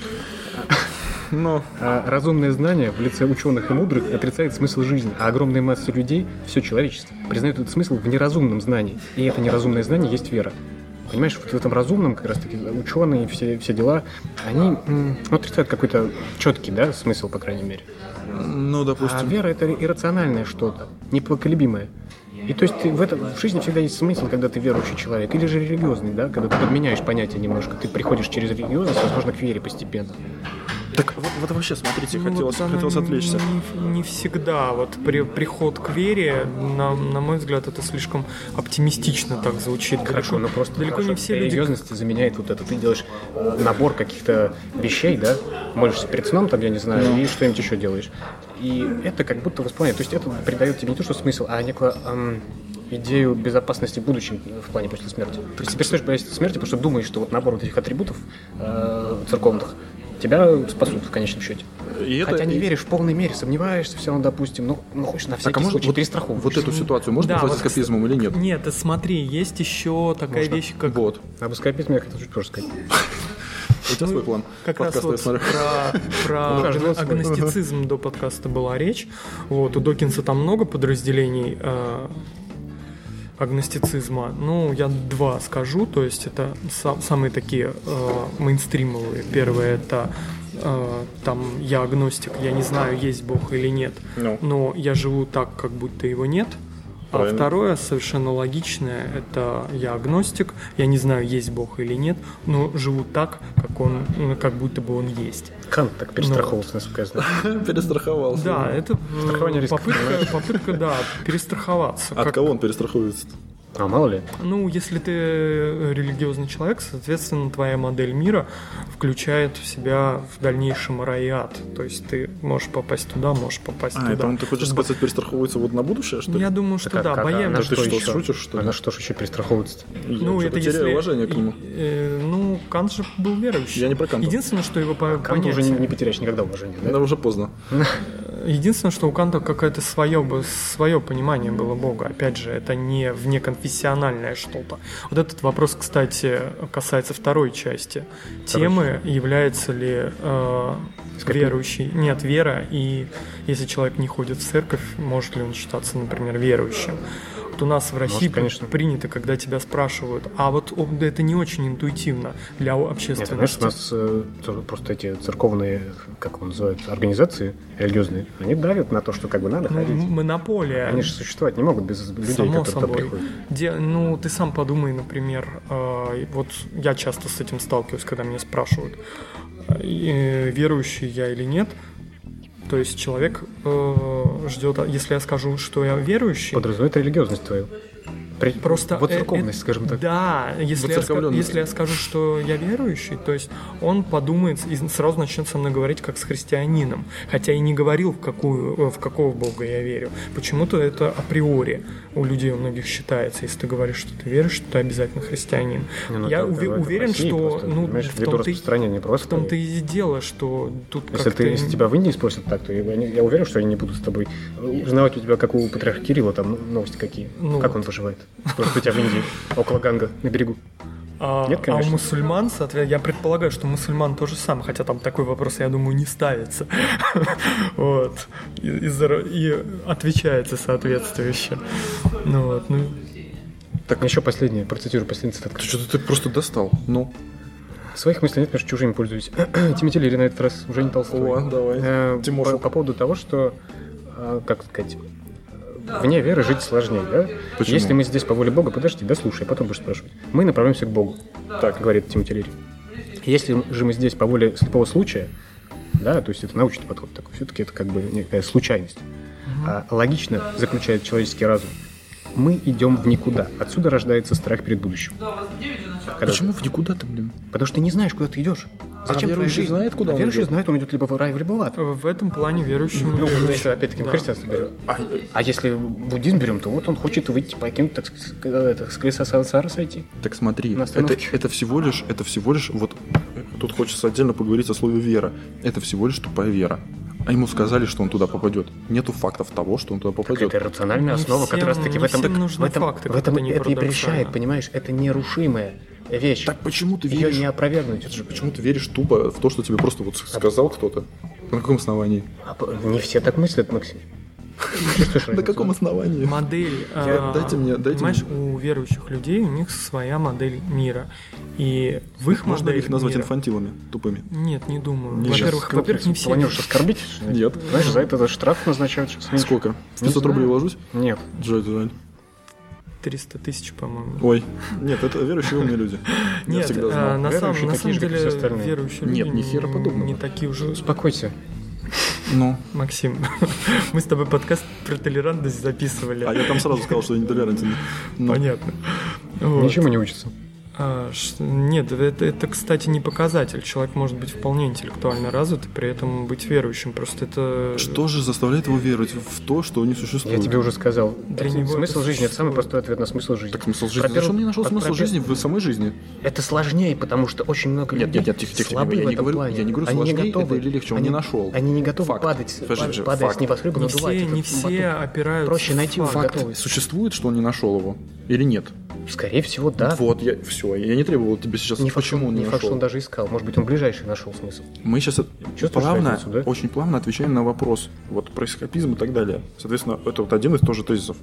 Speaker 1: Но...
Speaker 2: А разумное знание в лице ученых и мудрых отрицает смысл жизни, а огромная масса людей, все человечество, признает этот смысл в неразумном знании. И это неразумное знание есть вера. Понимаешь, вот в этом разумном, как раз таки, ученые, все, все дела, они м, ну, отрицают какой-то четкий, да, смысл, по крайней мере.
Speaker 1: Ну,
Speaker 2: А
Speaker 1: допустим...
Speaker 2: вера это иррациональное что-то, непоколебимое. И то есть ты в, этом, в жизни всегда есть смысл, когда ты верующий человек, или же религиозный, да, когда ты подменяешь понятие немножко, ты приходишь через религиозность, возможно, к вере постепенно.
Speaker 1: Так вот, вот вообще, смотрите,
Speaker 3: А, Ну,
Speaker 1: хотелось,
Speaker 3: вот оно
Speaker 1: хотелось
Speaker 3: не-
Speaker 1: отвлечься.
Speaker 3: Не, не всегда. Вот при- приход к вере, на, на мой взгляд, это слишком оптимистично так звучит.
Speaker 2: Хорошо,
Speaker 3: Далеко-
Speaker 2: но просто
Speaker 3: далеко
Speaker 2: хорошо.
Speaker 3: не все люди
Speaker 2: религиозность заменяет вот это. Ты делаешь э, набор каких-то вещей, да, молишься перед сном, там, я не знаю, и что-нибудь еще делаешь. И это как будто восполняет. То есть это придает тебе не то, что смысл, а некую эм, идею безопасности в будущем э, в плане после смерти. То есть ты перестаешь бояться смерти, потому что думаешь, что вот набор вот этих атрибутов э, церковных тебя спасут в конечном счете.
Speaker 1: И это-
Speaker 2: Хотя не
Speaker 1: и-
Speaker 2: веришь в полной мере, сомневаешься все равно, допустим, ну, ну хочешь на
Speaker 1: Так,
Speaker 2: всякий
Speaker 1: а может,
Speaker 2: случай
Speaker 1: вот,
Speaker 2: перестраховываешься.
Speaker 1: вот эту ситуацию можно
Speaker 3: Да,
Speaker 1: назвать
Speaker 3: вот,
Speaker 1: эскапизмом или нет?
Speaker 3: Нет, э, смотри, есть еще такая вещь, как
Speaker 1: Вот.
Speaker 2: Об эскапизме я хотел чуть тоже сказать.
Speaker 1: У тебя свой план
Speaker 3: как раз
Speaker 1: подкаста, я смотрю.
Speaker 3: вот
Speaker 1: Ну,
Speaker 3: про, про
Speaker 2: каждого
Speaker 3: агно-
Speaker 2: свой.
Speaker 3: агностицизм до подкаста была речь. Вот, у Докинса там много подразделений э, агностицизма. Ну, я два скажу, то есть это са- самые такие э, мейнстримовые. Первое это э, там я агностик, я не знаю, есть Бог или нет,
Speaker 1: Ну.
Speaker 3: но я живу так, как будто его нет. А
Speaker 1: Правильно.
Speaker 3: второе, совершенно логичное, это я агностик, я не знаю, есть Бог или нет, но живу так, как он, ну, как будто бы он есть.
Speaker 2: Кант так перестраховался, насколько я знаю.
Speaker 1: Перестраховался.
Speaker 3: Да, это
Speaker 2: Страхование
Speaker 3: э,
Speaker 2: риска,
Speaker 3: попытка, попытка, да, перестраховаться.
Speaker 1: От
Speaker 3: Как-
Speaker 1: кого он перестраховывается?
Speaker 2: А мало ли.
Speaker 3: Ну, если ты э, религиозный человек, соответственно, твоя модель мира включает в себя в дальнейшем рай и ад. То есть ты можешь попасть туда, можешь попасть
Speaker 1: А,
Speaker 3: туда.
Speaker 1: это он, ты хочешь сказать, перестраховывается вот на будущее, что ли?
Speaker 3: типа, Я думаю, что
Speaker 2: а,
Speaker 3: да, боязнь.
Speaker 1: она Ты что, шутишь, что ли?
Speaker 2: Она А что ж еще перестраховывается
Speaker 3: Ну,
Speaker 1: Я что-то типа, теряю уважение к
Speaker 3: и-
Speaker 1: нему.
Speaker 3: э, ну, Кант же был верующий.
Speaker 1: Я не про Канта.
Speaker 3: Единственное, что его по-
Speaker 2: Кант уже
Speaker 3: понятие-
Speaker 2: не, не потеряешь никогда уважения, да?
Speaker 3: Ну,
Speaker 1: Да уже поздно.
Speaker 3: Единственное, что у Канта какое-то свое, бы- свое понимание было Бога. Опять же, это не внеконфессиональное что-то. Вот этот вопрос, кстати, касается второй части темы. Является ли э, верующий... Нет, вера. И если человек не ходит в церковь, может ли он считаться, например, верующим? Вот у нас в России
Speaker 2: Ну, конечно.
Speaker 3: принято, когда тебя спрашивают, а вот о, да это не очень интуитивно для
Speaker 2: Нет, знаешь,
Speaker 3: общественности.
Speaker 2: у нас э, тоже просто эти церковные, как его называют, организации религиозные, они давят на то, что как бы надо
Speaker 3: Ну,
Speaker 2: ходить.
Speaker 3: м- монополия.
Speaker 2: Они же существовать не могут без людей,
Speaker 3: Само
Speaker 2: которые туда
Speaker 3: собой.
Speaker 2: приходят.
Speaker 3: Де- ну, ты сам подумай, например, э, вот я часто с этим сталкиваюсь, когда меня спрашивают, э, верующий я или нет. То есть человек э, ждет, а если я скажу, что я верующий,
Speaker 2: Подразумевает религиозность твою. При-
Speaker 3: просто...
Speaker 2: Вот
Speaker 3: э, э,
Speaker 2: церковность, скажем так.
Speaker 3: Да, если я, ска-
Speaker 1: Воцерковленность.
Speaker 3: если я скажу, что я верующий, то есть он подумает и сразу начнет со мной говорить как с христианином, хотя и не говорил, в, какую, э, в какого бога я верю. Почему-то это априори у людей у многих считается. Если ты говоришь, что ты веришь, что ты обязательно христианин.
Speaker 2: Не, ну,
Speaker 3: я
Speaker 2: это-
Speaker 3: уве-
Speaker 2: это в
Speaker 3: уверен,
Speaker 2: России
Speaker 3: что
Speaker 2: просто,
Speaker 3: ну,
Speaker 2: понимаешь,
Speaker 3: в
Speaker 2: ввиду
Speaker 3: том-то и-
Speaker 2: распространения просто.
Speaker 3: в том-то и дело, что тут
Speaker 2: Если,
Speaker 3: как-то...
Speaker 2: ты, если тебя в Индии спросят так, то я, они- я уверен, что они не будут с тобой узнавать у тебя, как у патриарха Кирилла, там ну, новости какие.
Speaker 3: Ну
Speaker 2: как
Speaker 3: вот.
Speaker 2: он поживает? Просто у тебя в Индии, около Ганга, на берегу.
Speaker 3: А,
Speaker 2: Нет,
Speaker 3: а
Speaker 2: конечно.
Speaker 3: у мусульман, соответственно, я предполагаю, что мусульман то же самое, хотя там такой вопрос, я думаю, не ставится. Вот. И- И зара- и отвечается соответствующе. Ну вот, ну.
Speaker 2: Так, еще последнее, процитирую последний цитат.
Speaker 1: Ты что-то ты просто достал. Ну,
Speaker 2: Своих мыслей нет, потому что чужими пользуюсь. Тимми Тиллери на этот раз уже не толстой.
Speaker 1: О, давай.
Speaker 2: Э,
Speaker 1: Тимоша.
Speaker 2: по, по поводу того, что, э, как сказать, э, вне веры жить сложнее, да?
Speaker 1: Почему?
Speaker 2: Если мы здесь по воле Бога, подожди, да слушай, а потом будешь спрашивать. Мы направляемся к Богу, так говорит Тимми Тиллери. Если же мы здесь по воле слепого случая, да, то есть это научный подход такой, все-таки это как бы некая случайность. А логично заключает человеческий разум. Мы идем в никуда. Отсюда рождается страх перед будущим. Когда
Speaker 1: почему в никуда ты, блин?
Speaker 2: Потому что ты не знаешь, куда ты идешь. Зачем
Speaker 1: а
Speaker 2: твоя
Speaker 1: верующий
Speaker 2: жизнь?
Speaker 1: знает, куда
Speaker 2: а
Speaker 1: он
Speaker 2: верующий
Speaker 1: идет?
Speaker 2: знает, он идет либо в рай, либо в ад.
Speaker 3: В этом плане верующим
Speaker 2: Ну,
Speaker 3: верующим.
Speaker 2: мы еще опять-таки
Speaker 3: Да.
Speaker 2: христианство берем. А, а если буддизм берем, то вот он хочет выйти по каким-то, так сказать, это, с колеса сансара сойти.
Speaker 1: Так смотри, это,
Speaker 2: На остановке.
Speaker 1: это всего лишь, это всего лишь, вот тут хочется отдельно поговорить о слове вера. Это всего лишь тупая вера. А ему сказали, что он туда попадет. Нету фактов того, что он туда попадет.
Speaker 2: Это рациональная
Speaker 3: Не
Speaker 2: основа,
Speaker 3: всем-
Speaker 2: которая раз-таки
Speaker 3: не
Speaker 2: в этом,
Speaker 3: всем
Speaker 2: в
Speaker 3: нужны
Speaker 2: этом,
Speaker 3: факты,
Speaker 2: в
Speaker 3: как
Speaker 2: этом
Speaker 3: это ни
Speaker 2: это и
Speaker 3: парадоксально.
Speaker 2: прельщает, понимаешь? Это нерушимая вещь.
Speaker 1: Так почему ты
Speaker 2: Ее
Speaker 1: веришь?
Speaker 2: не опровергнуть.
Speaker 1: Ты же Почему ты веришь тупо в то, что тебе просто вот сказал кто-то? На каком основании?
Speaker 2: А по- Не все так мыслят, Максим. Чувствуешь
Speaker 1: На
Speaker 2: разницу?
Speaker 1: каком основании?
Speaker 3: Модель.
Speaker 1: Я-
Speaker 3: а,
Speaker 1: дайте мне- дайте
Speaker 3: понимаешь,
Speaker 1: мне.
Speaker 3: у верующих людей у них своя модель мира. И в их
Speaker 1: Можно ли
Speaker 3: модели
Speaker 1: их назвать
Speaker 3: мира-
Speaker 1: инфантилами, тупыми?
Speaker 3: Нет, не думаю.
Speaker 1: Не,
Speaker 2: Сейчас
Speaker 3: во-первых,
Speaker 2: кого
Speaker 3: во-первых,
Speaker 2: ты
Speaker 3: не все.
Speaker 2: Планируешь оскорбить? что ли?
Speaker 1: Нет.
Speaker 2: Знаешь, за это даже штраф назначают сейчас. меньше.
Speaker 1: Сколько? В 500
Speaker 2: знаю.
Speaker 1: рублей вложусь?
Speaker 2: Нет.
Speaker 1: Жаль, жаль.
Speaker 3: 300 тысяч, по-моему.
Speaker 1: Ой, нет, это верующие умные люди. Я
Speaker 3: Нет,
Speaker 1: всегда
Speaker 3: а,
Speaker 1: знал.
Speaker 3: на, самом,
Speaker 2: Верующие
Speaker 3: на
Speaker 2: такие же, как
Speaker 3: самом
Speaker 2: и все
Speaker 3: деле
Speaker 2: остальные.
Speaker 3: верующие
Speaker 1: Нет,
Speaker 3: люди
Speaker 1: ни хера
Speaker 3: не-
Speaker 1: подобного.
Speaker 3: не такие уже.
Speaker 2: Успокойся.
Speaker 1: Ну.
Speaker 3: Максим, мы с тобой подкаст про толерантность записывали.
Speaker 1: А я там сразу сказал, что я нетолерантен. Ну,
Speaker 3: Понятно. Вот.
Speaker 2: Ничему не учится.
Speaker 3: А, ш- нет, это, это, кстати, не показатель. Человек может быть вполне интеллектуально развит и при этом быть верующим. Просто это...
Speaker 1: Что же заставляет его верить в то, что не существует?
Speaker 2: Я тебе уже сказал.
Speaker 3: Для него
Speaker 2: смысл
Speaker 3: это
Speaker 2: жизни это самый
Speaker 3: существует.
Speaker 2: простой ответ на смысл жизни.
Speaker 1: Так смысл
Speaker 2: Про
Speaker 1: жизни.
Speaker 2: первый-
Speaker 1: Зачем мне нашел
Speaker 2: про-
Speaker 1: смысл
Speaker 2: про-
Speaker 1: жизни в самой жизни?
Speaker 2: Это сложнее, потому что очень много
Speaker 1: Нет,
Speaker 2: людей
Speaker 1: нет, нет, тихо, тихо,
Speaker 2: слабы
Speaker 1: тихо, я
Speaker 2: в
Speaker 1: не
Speaker 2: этом
Speaker 1: говорю-
Speaker 2: плане.
Speaker 1: я не говорю,
Speaker 2: они не
Speaker 1: сложнее
Speaker 2: готовы,
Speaker 1: это или легче, он
Speaker 2: они,
Speaker 1: не нашел.
Speaker 2: Они не готовы
Speaker 1: Факт.
Speaker 2: падать,
Speaker 1: Подожди,
Speaker 2: пад- падая
Speaker 1: факт.
Speaker 2: с небоскреба,
Speaker 3: Не
Speaker 2: надувать
Speaker 3: все,
Speaker 2: этот
Speaker 3: не все
Speaker 2: батут.
Speaker 3: опираются
Speaker 2: Проще
Speaker 3: в
Speaker 2: найти уже
Speaker 3: факт.
Speaker 2: готовый.
Speaker 1: Существует, что он не нашел его? Или нет?
Speaker 2: Скорее всего, да.
Speaker 1: ну Вот, я все, я не требовал тебе сейчас,
Speaker 2: Не факт,
Speaker 1: почему
Speaker 2: что-
Speaker 1: он не
Speaker 2: не факт, что
Speaker 1: нашел.
Speaker 2: он даже искал. Может быть, он ближайший нашел смысл.
Speaker 1: Мы сейчас
Speaker 2: Чувствуешь
Speaker 1: плавно,
Speaker 2: разницу, да?
Speaker 1: очень плавно отвечаем на вопрос вот про эскапизм и так далее. Соответственно, это вот один из тоже тезисов.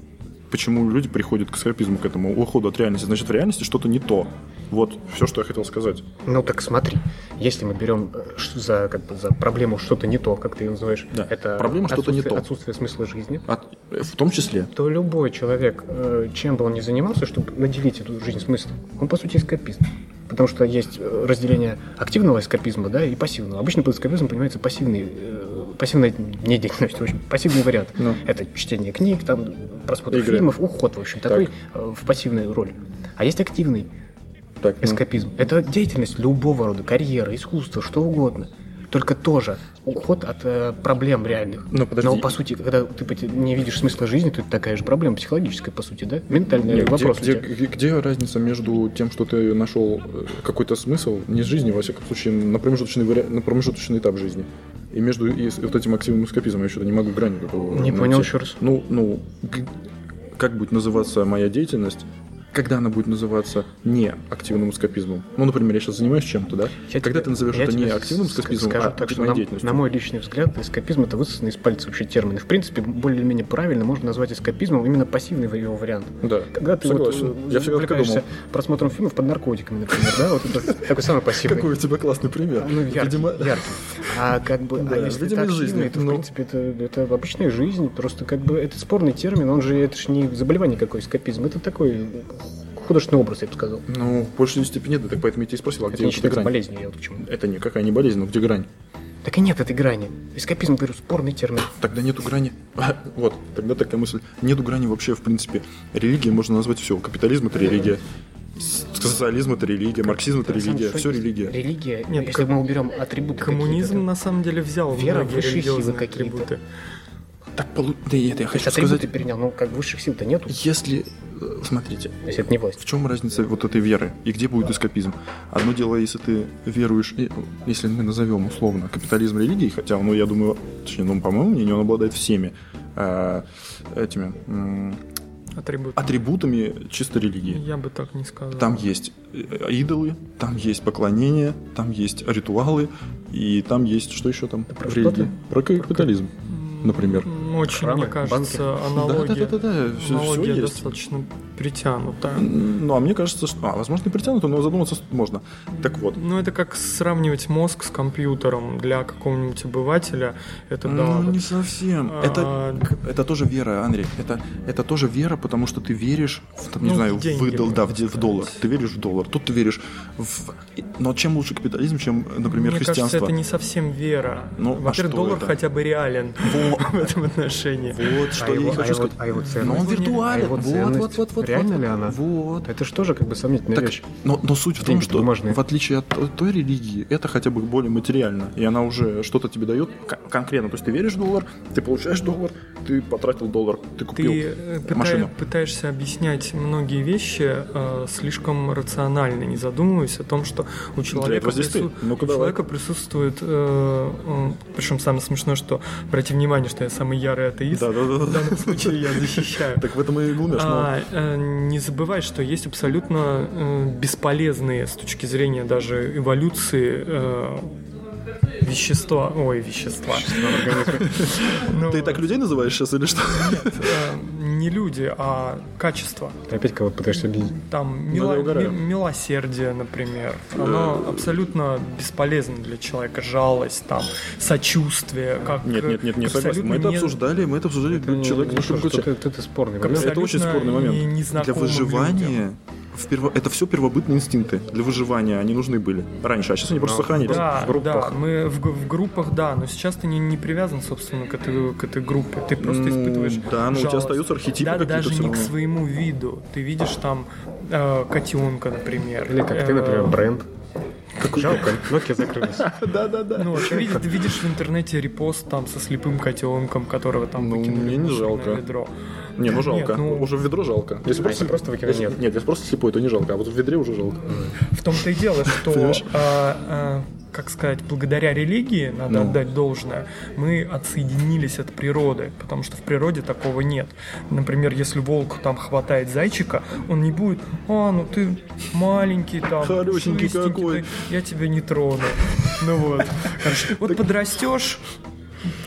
Speaker 1: Почему люди приходят к эскапизму, к этому уходу от реальности? Значит, в реальности что-то не то. Вот все, что я хотел сказать.
Speaker 2: Ну так смотри, если мы берем э, ш- за, как бы, за проблему что-то не то, как ты ее называешь,
Speaker 1: Да,
Speaker 2: это
Speaker 1: проблема что-то не
Speaker 2: отсутствие-
Speaker 1: то.
Speaker 2: отсутствие смысла жизни,
Speaker 1: От- э, в том числе.
Speaker 2: то любой человек, э, чем бы он ни занимался, чтобы наделить эту жизнь смыслом, он по сути эскапист. Потому что есть э, разделение активного эскапизма да, и пассивного. Обычно под эскапизмом понимается пассивный, э, пассивная недеятельность, в общем, пассивный вариант.
Speaker 1: Ну.
Speaker 2: Это чтение книг, там, просмотр
Speaker 1: Игры.
Speaker 2: фильмов, уход, в общем, такой э, в пассивную роль. А есть активный
Speaker 1: Так, ну,
Speaker 2: эскапизм. Это деятельность любого рода, карьера, искусство, что угодно. Только тоже уход от э, проблем реальных.
Speaker 1: Ну, подожди.
Speaker 2: Но, по сути, когда ты поте- не видишь смысла жизни, то это такая же проблема психологическая, по сути, да? Ментальный
Speaker 1: Нет, где,
Speaker 2: вопрос. у
Speaker 1: где-
Speaker 2: тебя.
Speaker 1: где- где разница между тем, что ты нашел э, какой-то смысл, не с жизни, во всяком случае, на промежуточный, вари- на промежуточный этап жизни, и между и с- вот этим активным эскапизмом, я что-то не могу грани какого
Speaker 2: Не понял еще раз.
Speaker 1: Ну, ну, г- как будет называться моя деятельность, когда она будет называться не активным эскапизмом? Ну, например, я сейчас занимаюсь чем-то, да?
Speaker 2: Я
Speaker 1: когда
Speaker 2: тебе-
Speaker 1: ты назовешь
Speaker 2: я
Speaker 1: это не
Speaker 2: тебе
Speaker 1: активным
Speaker 2: ск-
Speaker 1: эскапизмом,
Speaker 2: скажу
Speaker 1: а
Speaker 2: так, что
Speaker 1: моей
Speaker 2: на,
Speaker 1: деятельностью?
Speaker 2: на мой личный взгляд, эскапизм это высосанный из пальца вообще термин. И, в принципе, более-менее правильно можно назвать эскапизмом именно пассивный его вариант.
Speaker 1: Да,
Speaker 2: Когда ты
Speaker 1: согласен.
Speaker 2: вот э,
Speaker 1: я всегда так и
Speaker 2: увлекаешься
Speaker 1: думал.
Speaker 2: просмотром фильмов под наркотиками, например, да? Вот это такой самый пассивный.
Speaker 1: Какой у тебя классный пример.
Speaker 2: Ну, яркий,
Speaker 1: Видимо,
Speaker 2: яркий. А как бы,
Speaker 1: Да,
Speaker 2: а если
Speaker 1: видимо,
Speaker 2: это
Speaker 1: из жизни.
Speaker 2: активный, то, в
Speaker 1: Ну.
Speaker 2: принципе, это, это обычная жизнь. Просто как бы это спорный термин, он же, это же не заболевание какое, скопизм. Это такой художественный образ, я бы сказал.
Speaker 1: Ну, в большей степени да, так поэтому я тебя и спросил, а
Speaker 2: Это
Speaker 1: где
Speaker 2: не
Speaker 1: вот эта
Speaker 2: считается
Speaker 1: грань?
Speaker 2: болезнью, я вот к чему.
Speaker 1: Это никакая не болезнь, но где грань?
Speaker 2: Так и нет этой грани. Эскапизм, говорю, спорный термин.
Speaker 1: Тогда нету грани. А, Вот, тогда такая мысль. Нету грани вообще, в принципе. Религия можно назвать все. Капитализм это религия. С- Социализм это религия, марксизм это
Speaker 2: На самом
Speaker 1: религия,
Speaker 2: деле,
Speaker 1: все
Speaker 2: что есть?
Speaker 1: религия.
Speaker 2: Религия, Ну,
Speaker 3: Нет,
Speaker 2: если мы уберем атрибуты
Speaker 3: Коммунизм
Speaker 2: какие-то,
Speaker 3: на самом деле взял
Speaker 2: Вера
Speaker 3: многие
Speaker 2: высшие силы
Speaker 3: религиозные
Speaker 2: какие-то.
Speaker 3: атрибуты.
Speaker 1: Так полу... Да и это я
Speaker 2: то есть
Speaker 1: хочу
Speaker 2: атрибуты
Speaker 1: сказать.
Speaker 2: перенял, но как высших сил-то нету.
Speaker 1: Если... э, Смотрите,
Speaker 2: То есть это не
Speaker 1: в
Speaker 2: власть.
Speaker 1: чем разница вот этой веры и где будет эскапизм? Одно дело, если ты веруешь, и, ну, если мы назовем условно капитализм религией, хотя, ну, я думаю, точнее, ну, по моему мнению, он обладает всеми э, этими м,
Speaker 3: Атрибуты.
Speaker 1: атрибутами чисто религии.
Speaker 3: Я бы так не сказал.
Speaker 1: Там есть э, идолы, там есть поклонение, там есть ритуалы, и там есть что еще там
Speaker 2: про
Speaker 1: в
Speaker 2: что
Speaker 1: религии? Про капитализм, например.
Speaker 3: М, Очень,
Speaker 2: Храмы,
Speaker 3: мне кажется,
Speaker 1: Да,
Speaker 3: аналогия.
Speaker 1: да, да, да, да, все
Speaker 3: аналогия
Speaker 1: есть.
Speaker 3: достаточно притянутая.
Speaker 1: Ну, а мне кажется, что... А, возможно, не притянуто, но задуматься можно. Так вот,
Speaker 3: Ну, это как сравнивать мозг с компьютером для какого-нибудь обывателя. Это да.
Speaker 1: Ну,
Speaker 3: вот.
Speaker 1: не совсем.
Speaker 3: А,
Speaker 1: Это, к- это тоже вера, Андрей. Это, это тоже вера, потому что ты веришь, в, там, не
Speaker 3: Ну, в
Speaker 1: знаю,
Speaker 3: деньги,
Speaker 1: выдал, да, в, де- в
Speaker 3: можно
Speaker 1: доллар.
Speaker 3: сказать.
Speaker 1: Ты веришь в доллар. Тут ты веришь в... Но чем лучше капитализм, чем, например,
Speaker 3: Мне
Speaker 1: христианство?
Speaker 3: кажется, это не совсем вера.
Speaker 1: Ну, а
Speaker 3: Во-первых,
Speaker 1: что
Speaker 3: доллар
Speaker 1: это?
Speaker 3: хотя бы реален в этом отношении.
Speaker 1: Вот что я и
Speaker 2: его-
Speaker 1: хочу
Speaker 2: его-
Speaker 1: сказать. Ну.
Speaker 2: а его
Speaker 1: Но
Speaker 2: ценность.
Speaker 1: он
Speaker 3: Его не-
Speaker 1: виртуален.
Speaker 2: а его
Speaker 1: Вот,
Speaker 2: ценность
Speaker 1: вот, вот, вот,
Speaker 2: реально ли она?
Speaker 1: Вот.
Speaker 2: Это же тоже как бы сомнительная
Speaker 1: Так,
Speaker 2: вещь.
Speaker 1: но, но суть в том,
Speaker 2: Деньги-то
Speaker 1: что
Speaker 2: бумажные.
Speaker 1: в отличие от той, той религии, это хотя бы более материально. И она уже что-то тебе дает кон- конкретно. То есть ты веришь в доллар, ты получаешь доллар, ты потратил доллар, ты купил
Speaker 3: Ты э, пыта-
Speaker 1: машину.
Speaker 3: пытаешься объяснять многие вещи э, слишком рационально, не задумываясь о том, что у человека,
Speaker 1: этого здесь ты.
Speaker 3: прису-
Speaker 1: Ну-ка,
Speaker 3: у
Speaker 1: давай.
Speaker 3: человека присутствует... э, м, причем самое смешное, что... Обрати внимание, что я самый ярый атеист.
Speaker 1: Да-да-да.
Speaker 3: В данном случае я защищаю.
Speaker 1: Так в этом и глумишь, но...
Speaker 3: А, э, не забывай, что есть абсолютно э, бесполезные с точки зрения даже эволюции э, вещества. Ой, вещества. Ну,
Speaker 1: Ты так людей называешь сейчас или что?
Speaker 3: э, не люди, а качество.
Speaker 2: Ты опять кого-то пытаешься объединить.
Speaker 3: Там
Speaker 1: я
Speaker 3: мило-
Speaker 1: угораю.
Speaker 3: ми- милосердие, например, оно абсолютно бесполезно для человека. Жалость, там, сочувствие, как
Speaker 1: Нет, нет, нет, не согласен. Мы
Speaker 3: абсолютно
Speaker 1: это
Speaker 3: не-
Speaker 1: обсуждали, мы это обсуждали
Speaker 2: Ну,
Speaker 1: как человек в
Speaker 2: ну,
Speaker 1: нашем
Speaker 2: что ж,
Speaker 1: ключе.
Speaker 2: тут Это это спорный момент.
Speaker 1: Это очень
Speaker 3: абсолютно
Speaker 1: спорный
Speaker 3: не-
Speaker 1: момент. Для
Speaker 3: незнакомым
Speaker 1: выживания в перво- это все первобытные инстинкты. Для выживания они нужны были раньше, а сейчас они просто сохранились.
Speaker 3: Да,
Speaker 2: в группах.
Speaker 3: да, мы в, г- в группах, да, но сейчас ты не, не привязан, собственно, к этой, к этой группе. Ты просто
Speaker 1: Ну,
Speaker 3: испытываешь
Speaker 1: да, но у тебя
Speaker 3: жалость.
Speaker 1: остаются архетипы
Speaker 3: да,
Speaker 1: какие-то
Speaker 3: даже
Speaker 1: всё
Speaker 3: не к
Speaker 1: равно.
Speaker 3: своему виду. Ты видишь там э, котенка, например.
Speaker 2: Или как ты,
Speaker 3: Э,
Speaker 2: например, бренд. Жалко, Nokia закрылась.
Speaker 1: Да, да, да.
Speaker 3: Ну, ты видишь, ты видишь в интернете репост там со слепым котенком, которого там
Speaker 1: Ну,
Speaker 3: выкинули
Speaker 1: мне не
Speaker 3: в машинное
Speaker 1: жалко.
Speaker 3: ведро.
Speaker 1: Не, ну жалко.
Speaker 3: Нет, ну-
Speaker 1: Уже в ведро жалко. Если
Speaker 2: если просто выкинуть,
Speaker 1: если-
Speaker 2: нет.
Speaker 1: Нет, если просто слепой, то не жалко, а вот в ведре уже жалко.
Speaker 3: В том-то и дело, что,
Speaker 1: Понимаешь?
Speaker 3: а, а, как сказать, благодаря религии, надо
Speaker 1: Ну.
Speaker 3: отдать должное, мы отсоединились от природы, потому что в природе такого нет. Например, если волк там хватает зайчика, он не будет, а, ну ты маленький там,
Speaker 1: Хорошенький
Speaker 3: шустренький,
Speaker 1: какой».
Speaker 3: ты- я тебя не трону. Ну вот. Короче, Вот подрастешь,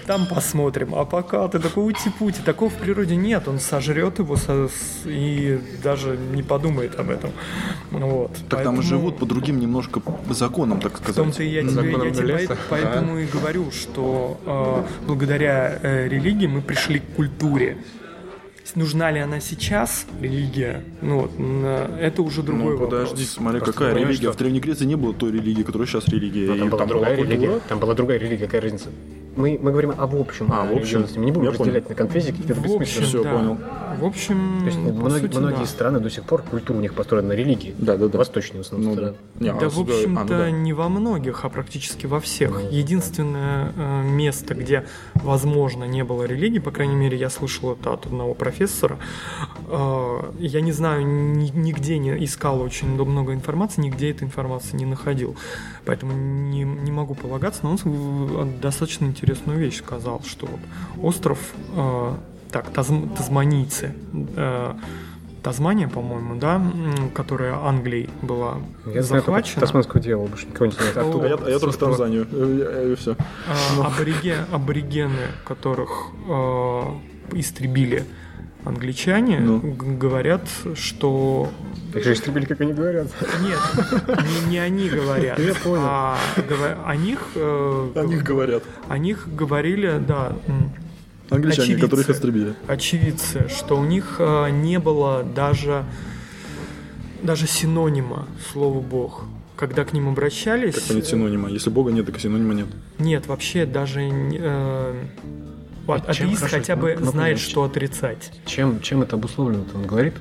Speaker 3: там посмотрим. А пока ты такой ути-пути. Такого в природе нет. Он сожрет его со- с- и даже не подумает об этом. Вот.
Speaker 1: Так там
Speaker 3: Поэтому
Speaker 1: и живут по другим немножко законам, так
Speaker 3: В том-то
Speaker 1: сказать.
Speaker 3: и я тебе, я
Speaker 2: Законом
Speaker 3: тебе
Speaker 2: леса.
Speaker 3: поэт- поэтому и говорю, что э, благодаря э, религии мы пришли к культуре. С- Нужна ли она сейчас, религия? Ну вот, н- это уже другой
Speaker 1: Ну подожди,
Speaker 3: вопрос.
Speaker 1: смотри,
Speaker 2: Просто
Speaker 1: какая
Speaker 2: понимаешь,
Speaker 1: религия.
Speaker 2: что-
Speaker 1: В Древней Греции не было той религии, которая сейчас религия.
Speaker 2: Но
Speaker 1: И
Speaker 2: Ну, там была другая
Speaker 1: культура.
Speaker 2: религия. Там была другая религия, какая разница? Мы, мы говорим об общем.
Speaker 1: А, в общем.
Speaker 2: религиозности. Мы не будем
Speaker 1: Я понял.
Speaker 2: разделять на конфессии какие-то
Speaker 3: В общем,
Speaker 2: бессмысленные.
Speaker 1: Всё,
Speaker 3: да.
Speaker 1: понял.
Speaker 3: В общем,
Speaker 2: То есть ну,
Speaker 3: по
Speaker 2: многие,
Speaker 3: сути,
Speaker 2: многие
Speaker 3: да.
Speaker 2: страны до сих пор культура у них построена на религии.
Speaker 1: Да, да, да.
Speaker 2: Восточные в основном
Speaker 1: Ну да.
Speaker 2: страны.
Speaker 1: Не, а
Speaker 3: Да,
Speaker 1: с-
Speaker 3: в
Speaker 1: а, ну
Speaker 3: общем-то,
Speaker 1: да. Ну,
Speaker 3: не во многих, а практически во всех. Единственное э, место, где, возможно, не было религии, по крайней мере, я слышал это от одного профессора. э, я не знаю, ни- нигде не искал очень много информации, нигде этой информации не находил. Поэтому не, не могу полагаться, но он с- достаточно интересную вещь сказал, что вот остров, э, так, Тазм- Тазманийцы, э, Тазмания, по-моему, да, м, которая Англией была
Speaker 2: Я знаю только
Speaker 3: захвачена.
Speaker 2: тасманского дьявола, больше никого не знаю.
Speaker 3: О.
Speaker 1: А
Speaker 2: Оттуда.
Speaker 1: я, а я только в Танзанию. Э, э, И все.
Speaker 3: А,
Speaker 2: Ну.
Speaker 3: абориге- аборигены, которых э, истребили англичане,
Speaker 1: Ну.
Speaker 3: г- говорят, что
Speaker 2: Их же истребили, как они говорят.
Speaker 3: нет, не, не они говорят,
Speaker 2: Я понял.
Speaker 3: а гова- о них э,
Speaker 1: О них говорят.
Speaker 3: о них говорили, да. м,
Speaker 1: Англичане,
Speaker 3: Очевидцы.
Speaker 1: которых истребили.
Speaker 3: очевидцы, что у них э, не было даже, даже синонима слова «бог». Когда к ним обращались...
Speaker 1: Как понять синонима? Если Бога нет, так и синонима нет.
Speaker 3: Нет, вообще даже... э, вот,
Speaker 2: А чем
Speaker 3: атеист
Speaker 2: хорошо,
Speaker 3: хотя
Speaker 2: ну,
Speaker 3: бы
Speaker 2: ну,
Speaker 3: знает,
Speaker 2: понимаете.
Speaker 3: что отрицать.
Speaker 2: Чем, чем это обусловлено? Он говорит?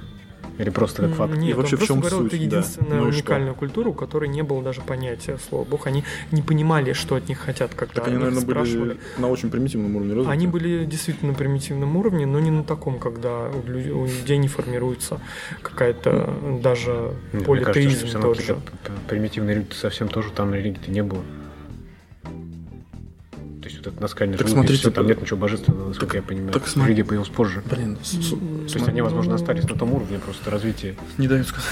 Speaker 2: Или просто как факт?
Speaker 3: М,
Speaker 1: И
Speaker 3: Нет,
Speaker 1: вообще
Speaker 3: он
Speaker 1: в
Speaker 3: просто
Speaker 1: чем
Speaker 3: говорил, это
Speaker 1: суть, да.
Speaker 3: единственная
Speaker 1: Ну и что?
Speaker 3: уникальная культура, у которой не было даже понятия слова «бог». Они не понимали, что от них хотят, когда
Speaker 1: Так они,
Speaker 3: о них
Speaker 1: наверное,
Speaker 3: спрашивали.
Speaker 1: были на очень примитивном уровне развития.
Speaker 3: Они были действительно на примитивном уровне, но не на таком, когда у лю- у людей не формируется какая-то даже
Speaker 2: Нет, мне кажется, что
Speaker 3: политеизм
Speaker 2: всё равно
Speaker 3: тот же.
Speaker 2: какие-то п- примитивные люди совсем тоже там религии-то не было. То есть вот этот наскальный
Speaker 1: Так
Speaker 2: живопись,
Speaker 1: смотрите,
Speaker 2: всё, там
Speaker 1: п-
Speaker 2: нет ничего божественного, насколько я понимаю.
Speaker 1: так смо-
Speaker 2: Религия появилась позже.
Speaker 1: Блин, ну, с- с-
Speaker 2: То есть они, возможно, остались на том уровне просто развития.
Speaker 1: не дают сказать.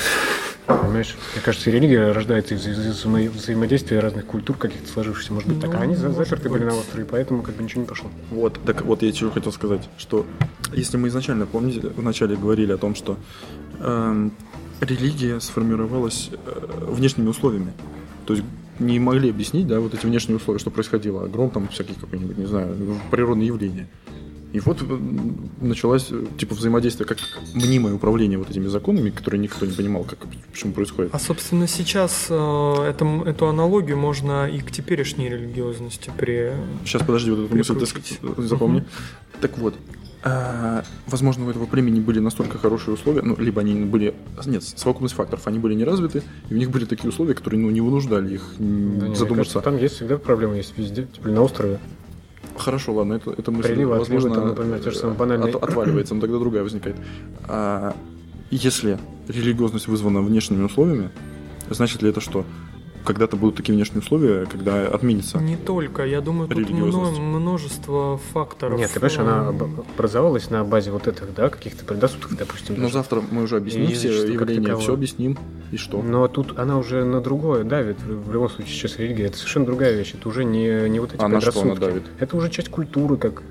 Speaker 2: Понимаешь? Мне кажется, религия рождается из, из- из взаимо- взаимодействия разных культур, каких-то сложившихся, может быть, так. А
Speaker 3: Ну,
Speaker 2: они за-
Speaker 3: может
Speaker 2: заперты были
Speaker 3: быть.
Speaker 2: на острове, поэтому как бы ничего не пошло.
Speaker 1: Вот, так вот я чего хотел сказать, что если мы изначально, помните, вначале говорили о том, что эм, религия сформировалась э, внешними условиями, то есть не могли объяснить, да, вот эти внешние условия, что происходило, гром там всякий какой-нибудь, не знаю, природные явления. И вот э, началось э, типа взаимодействие, как мнимое управление вот этими законами, которые никто не понимал, как почему происходит.
Speaker 3: А, собственно, сейчас э, этому- эту аналогию можно и к теперешней религиозности при...
Speaker 1: Сейчас, подожди, вот эту мысль ты
Speaker 3: Прикрутить.
Speaker 1: ск- запомни. Так вот, А, возможно, у этого племени были настолько хорошие условия, ну, либо они были... Нет, совокупность факторов, они были не развиты, и у них были такие условия, которые, ну, не вынуждали их м,
Speaker 2: Да не, мне
Speaker 1: задуматься.
Speaker 2: кажется, там есть всегда проблемы, есть везде, типа на острове.
Speaker 1: Хорошо, ладно, это, это мысль,
Speaker 2: Приливы, отливы,
Speaker 1: возможно, э,
Speaker 2: там, например, те же самые банальные.
Speaker 1: от- отваливается, но тогда другая возникает. А, если религиозность вызвана внешними условиями, значит ли это что? Когда-то будут такие внешние условия, когда отменится.
Speaker 3: Не только, я думаю, тут мно-
Speaker 1: Религиозность.
Speaker 3: множество факторов.
Speaker 2: Нет, ты понимаешь, она
Speaker 3: Эм,
Speaker 2: об- образовалась на базе вот этих, да, каких-то предрассудков, допустим.
Speaker 1: Но
Speaker 2: даже.
Speaker 1: завтра мы уже объясним
Speaker 2: Язычество
Speaker 1: все
Speaker 2: как Ну,
Speaker 1: явления,
Speaker 2: таковое.
Speaker 1: все объясним, и что?
Speaker 2: Но тут она уже на другое давит. В в любом случае, сейчас религия это совершенно другая вещь. Это уже не, не вот эти
Speaker 1: А на что
Speaker 2: предрассудки.
Speaker 1: она давит?
Speaker 2: Это уже часть культуры, как.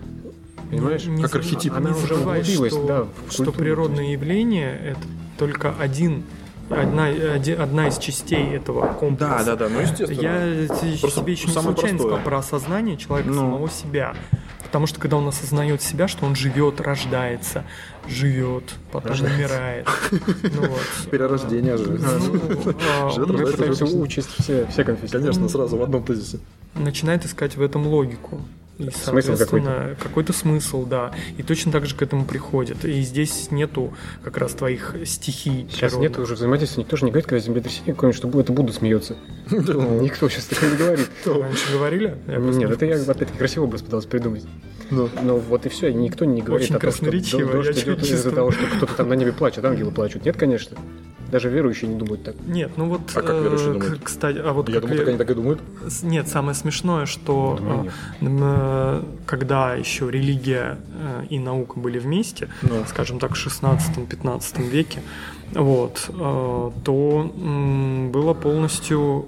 Speaker 2: Понимаешь?
Speaker 3: не
Speaker 1: Как
Speaker 3: забы-
Speaker 1: архетип.
Speaker 3: Она
Speaker 2: Она
Speaker 3: не
Speaker 2: уже
Speaker 3: забывай,
Speaker 2: углубилась,
Speaker 3: что,
Speaker 2: да, в
Speaker 3: что
Speaker 2: культуру, то
Speaker 3: природное явление — это только один, одна, оди- одна из частей этого
Speaker 1: Да,
Speaker 3: комплекса.
Speaker 1: да, да, ну естественно.
Speaker 3: Я те-
Speaker 1: Просто
Speaker 3: тебе еще не
Speaker 1: самое
Speaker 3: случайно
Speaker 1: простое.
Speaker 3: сказал про осознание человека
Speaker 1: Ну.
Speaker 3: самого себя. Потому что когда он осознает себя, что он живет, рождается, живет, потом умирает. Ну вот.
Speaker 1: Перерождение же.
Speaker 3: Ну, а,
Speaker 1: Живет,
Speaker 3: он
Speaker 2: Мы
Speaker 1: рождается,
Speaker 2: пытаемся
Speaker 1: жизнь.
Speaker 2: учесть все, все конфессии.
Speaker 1: Конечно, сразу в одном тезисе.
Speaker 3: начинает искать в этом логику. И,
Speaker 2: Смысл
Speaker 3: соответственно, какой-то смысл, да. И точно так же к этому приходит. И здесь нету как раз твоих стихий.
Speaker 2: Сейчас
Speaker 3: природных.
Speaker 2: нет уже взаимодействия. Никто же не говорит, когда землетрясение какое-нибудь, что будет, это Будда смеется. Никто сейчас так не говорит.
Speaker 3: Раньше говорили? Я просто
Speaker 2: Нет,
Speaker 3: не-
Speaker 2: это я опять-таки красивый образ пытался придумать.
Speaker 1: Ну.
Speaker 2: Ну вот и все, никто не говорит
Speaker 3: Очень
Speaker 2: о том, что
Speaker 3: красноречиво,
Speaker 2: д- дождь
Speaker 3: я
Speaker 2: идет из-за
Speaker 3: чувствую.
Speaker 2: того, что кто-то там на небе плачет, ангелы плачут. Нет, конечно. Даже верующие не думают так.
Speaker 3: Нет, ну вот,
Speaker 1: А как верующие
Speaker 3: э,
Speaker 1: думают?
Speaker 3: к- кстати, а вот
Speaker 1: Я
Speaker 3: как
Speaker 1: думаю,
Speaker 3: ве-
Speaker 1: так они так и думают.
Speaker 3: С- Нет, самое смешное, что
Speaker 2: Думаю, нет.
Speaker 3: э, м, э, когда еще религия э, и наука были вместе,
Speaker 1: Ну.
Speaker 3: скажем так, в 16-15 веке, вот, э, то м, было полностью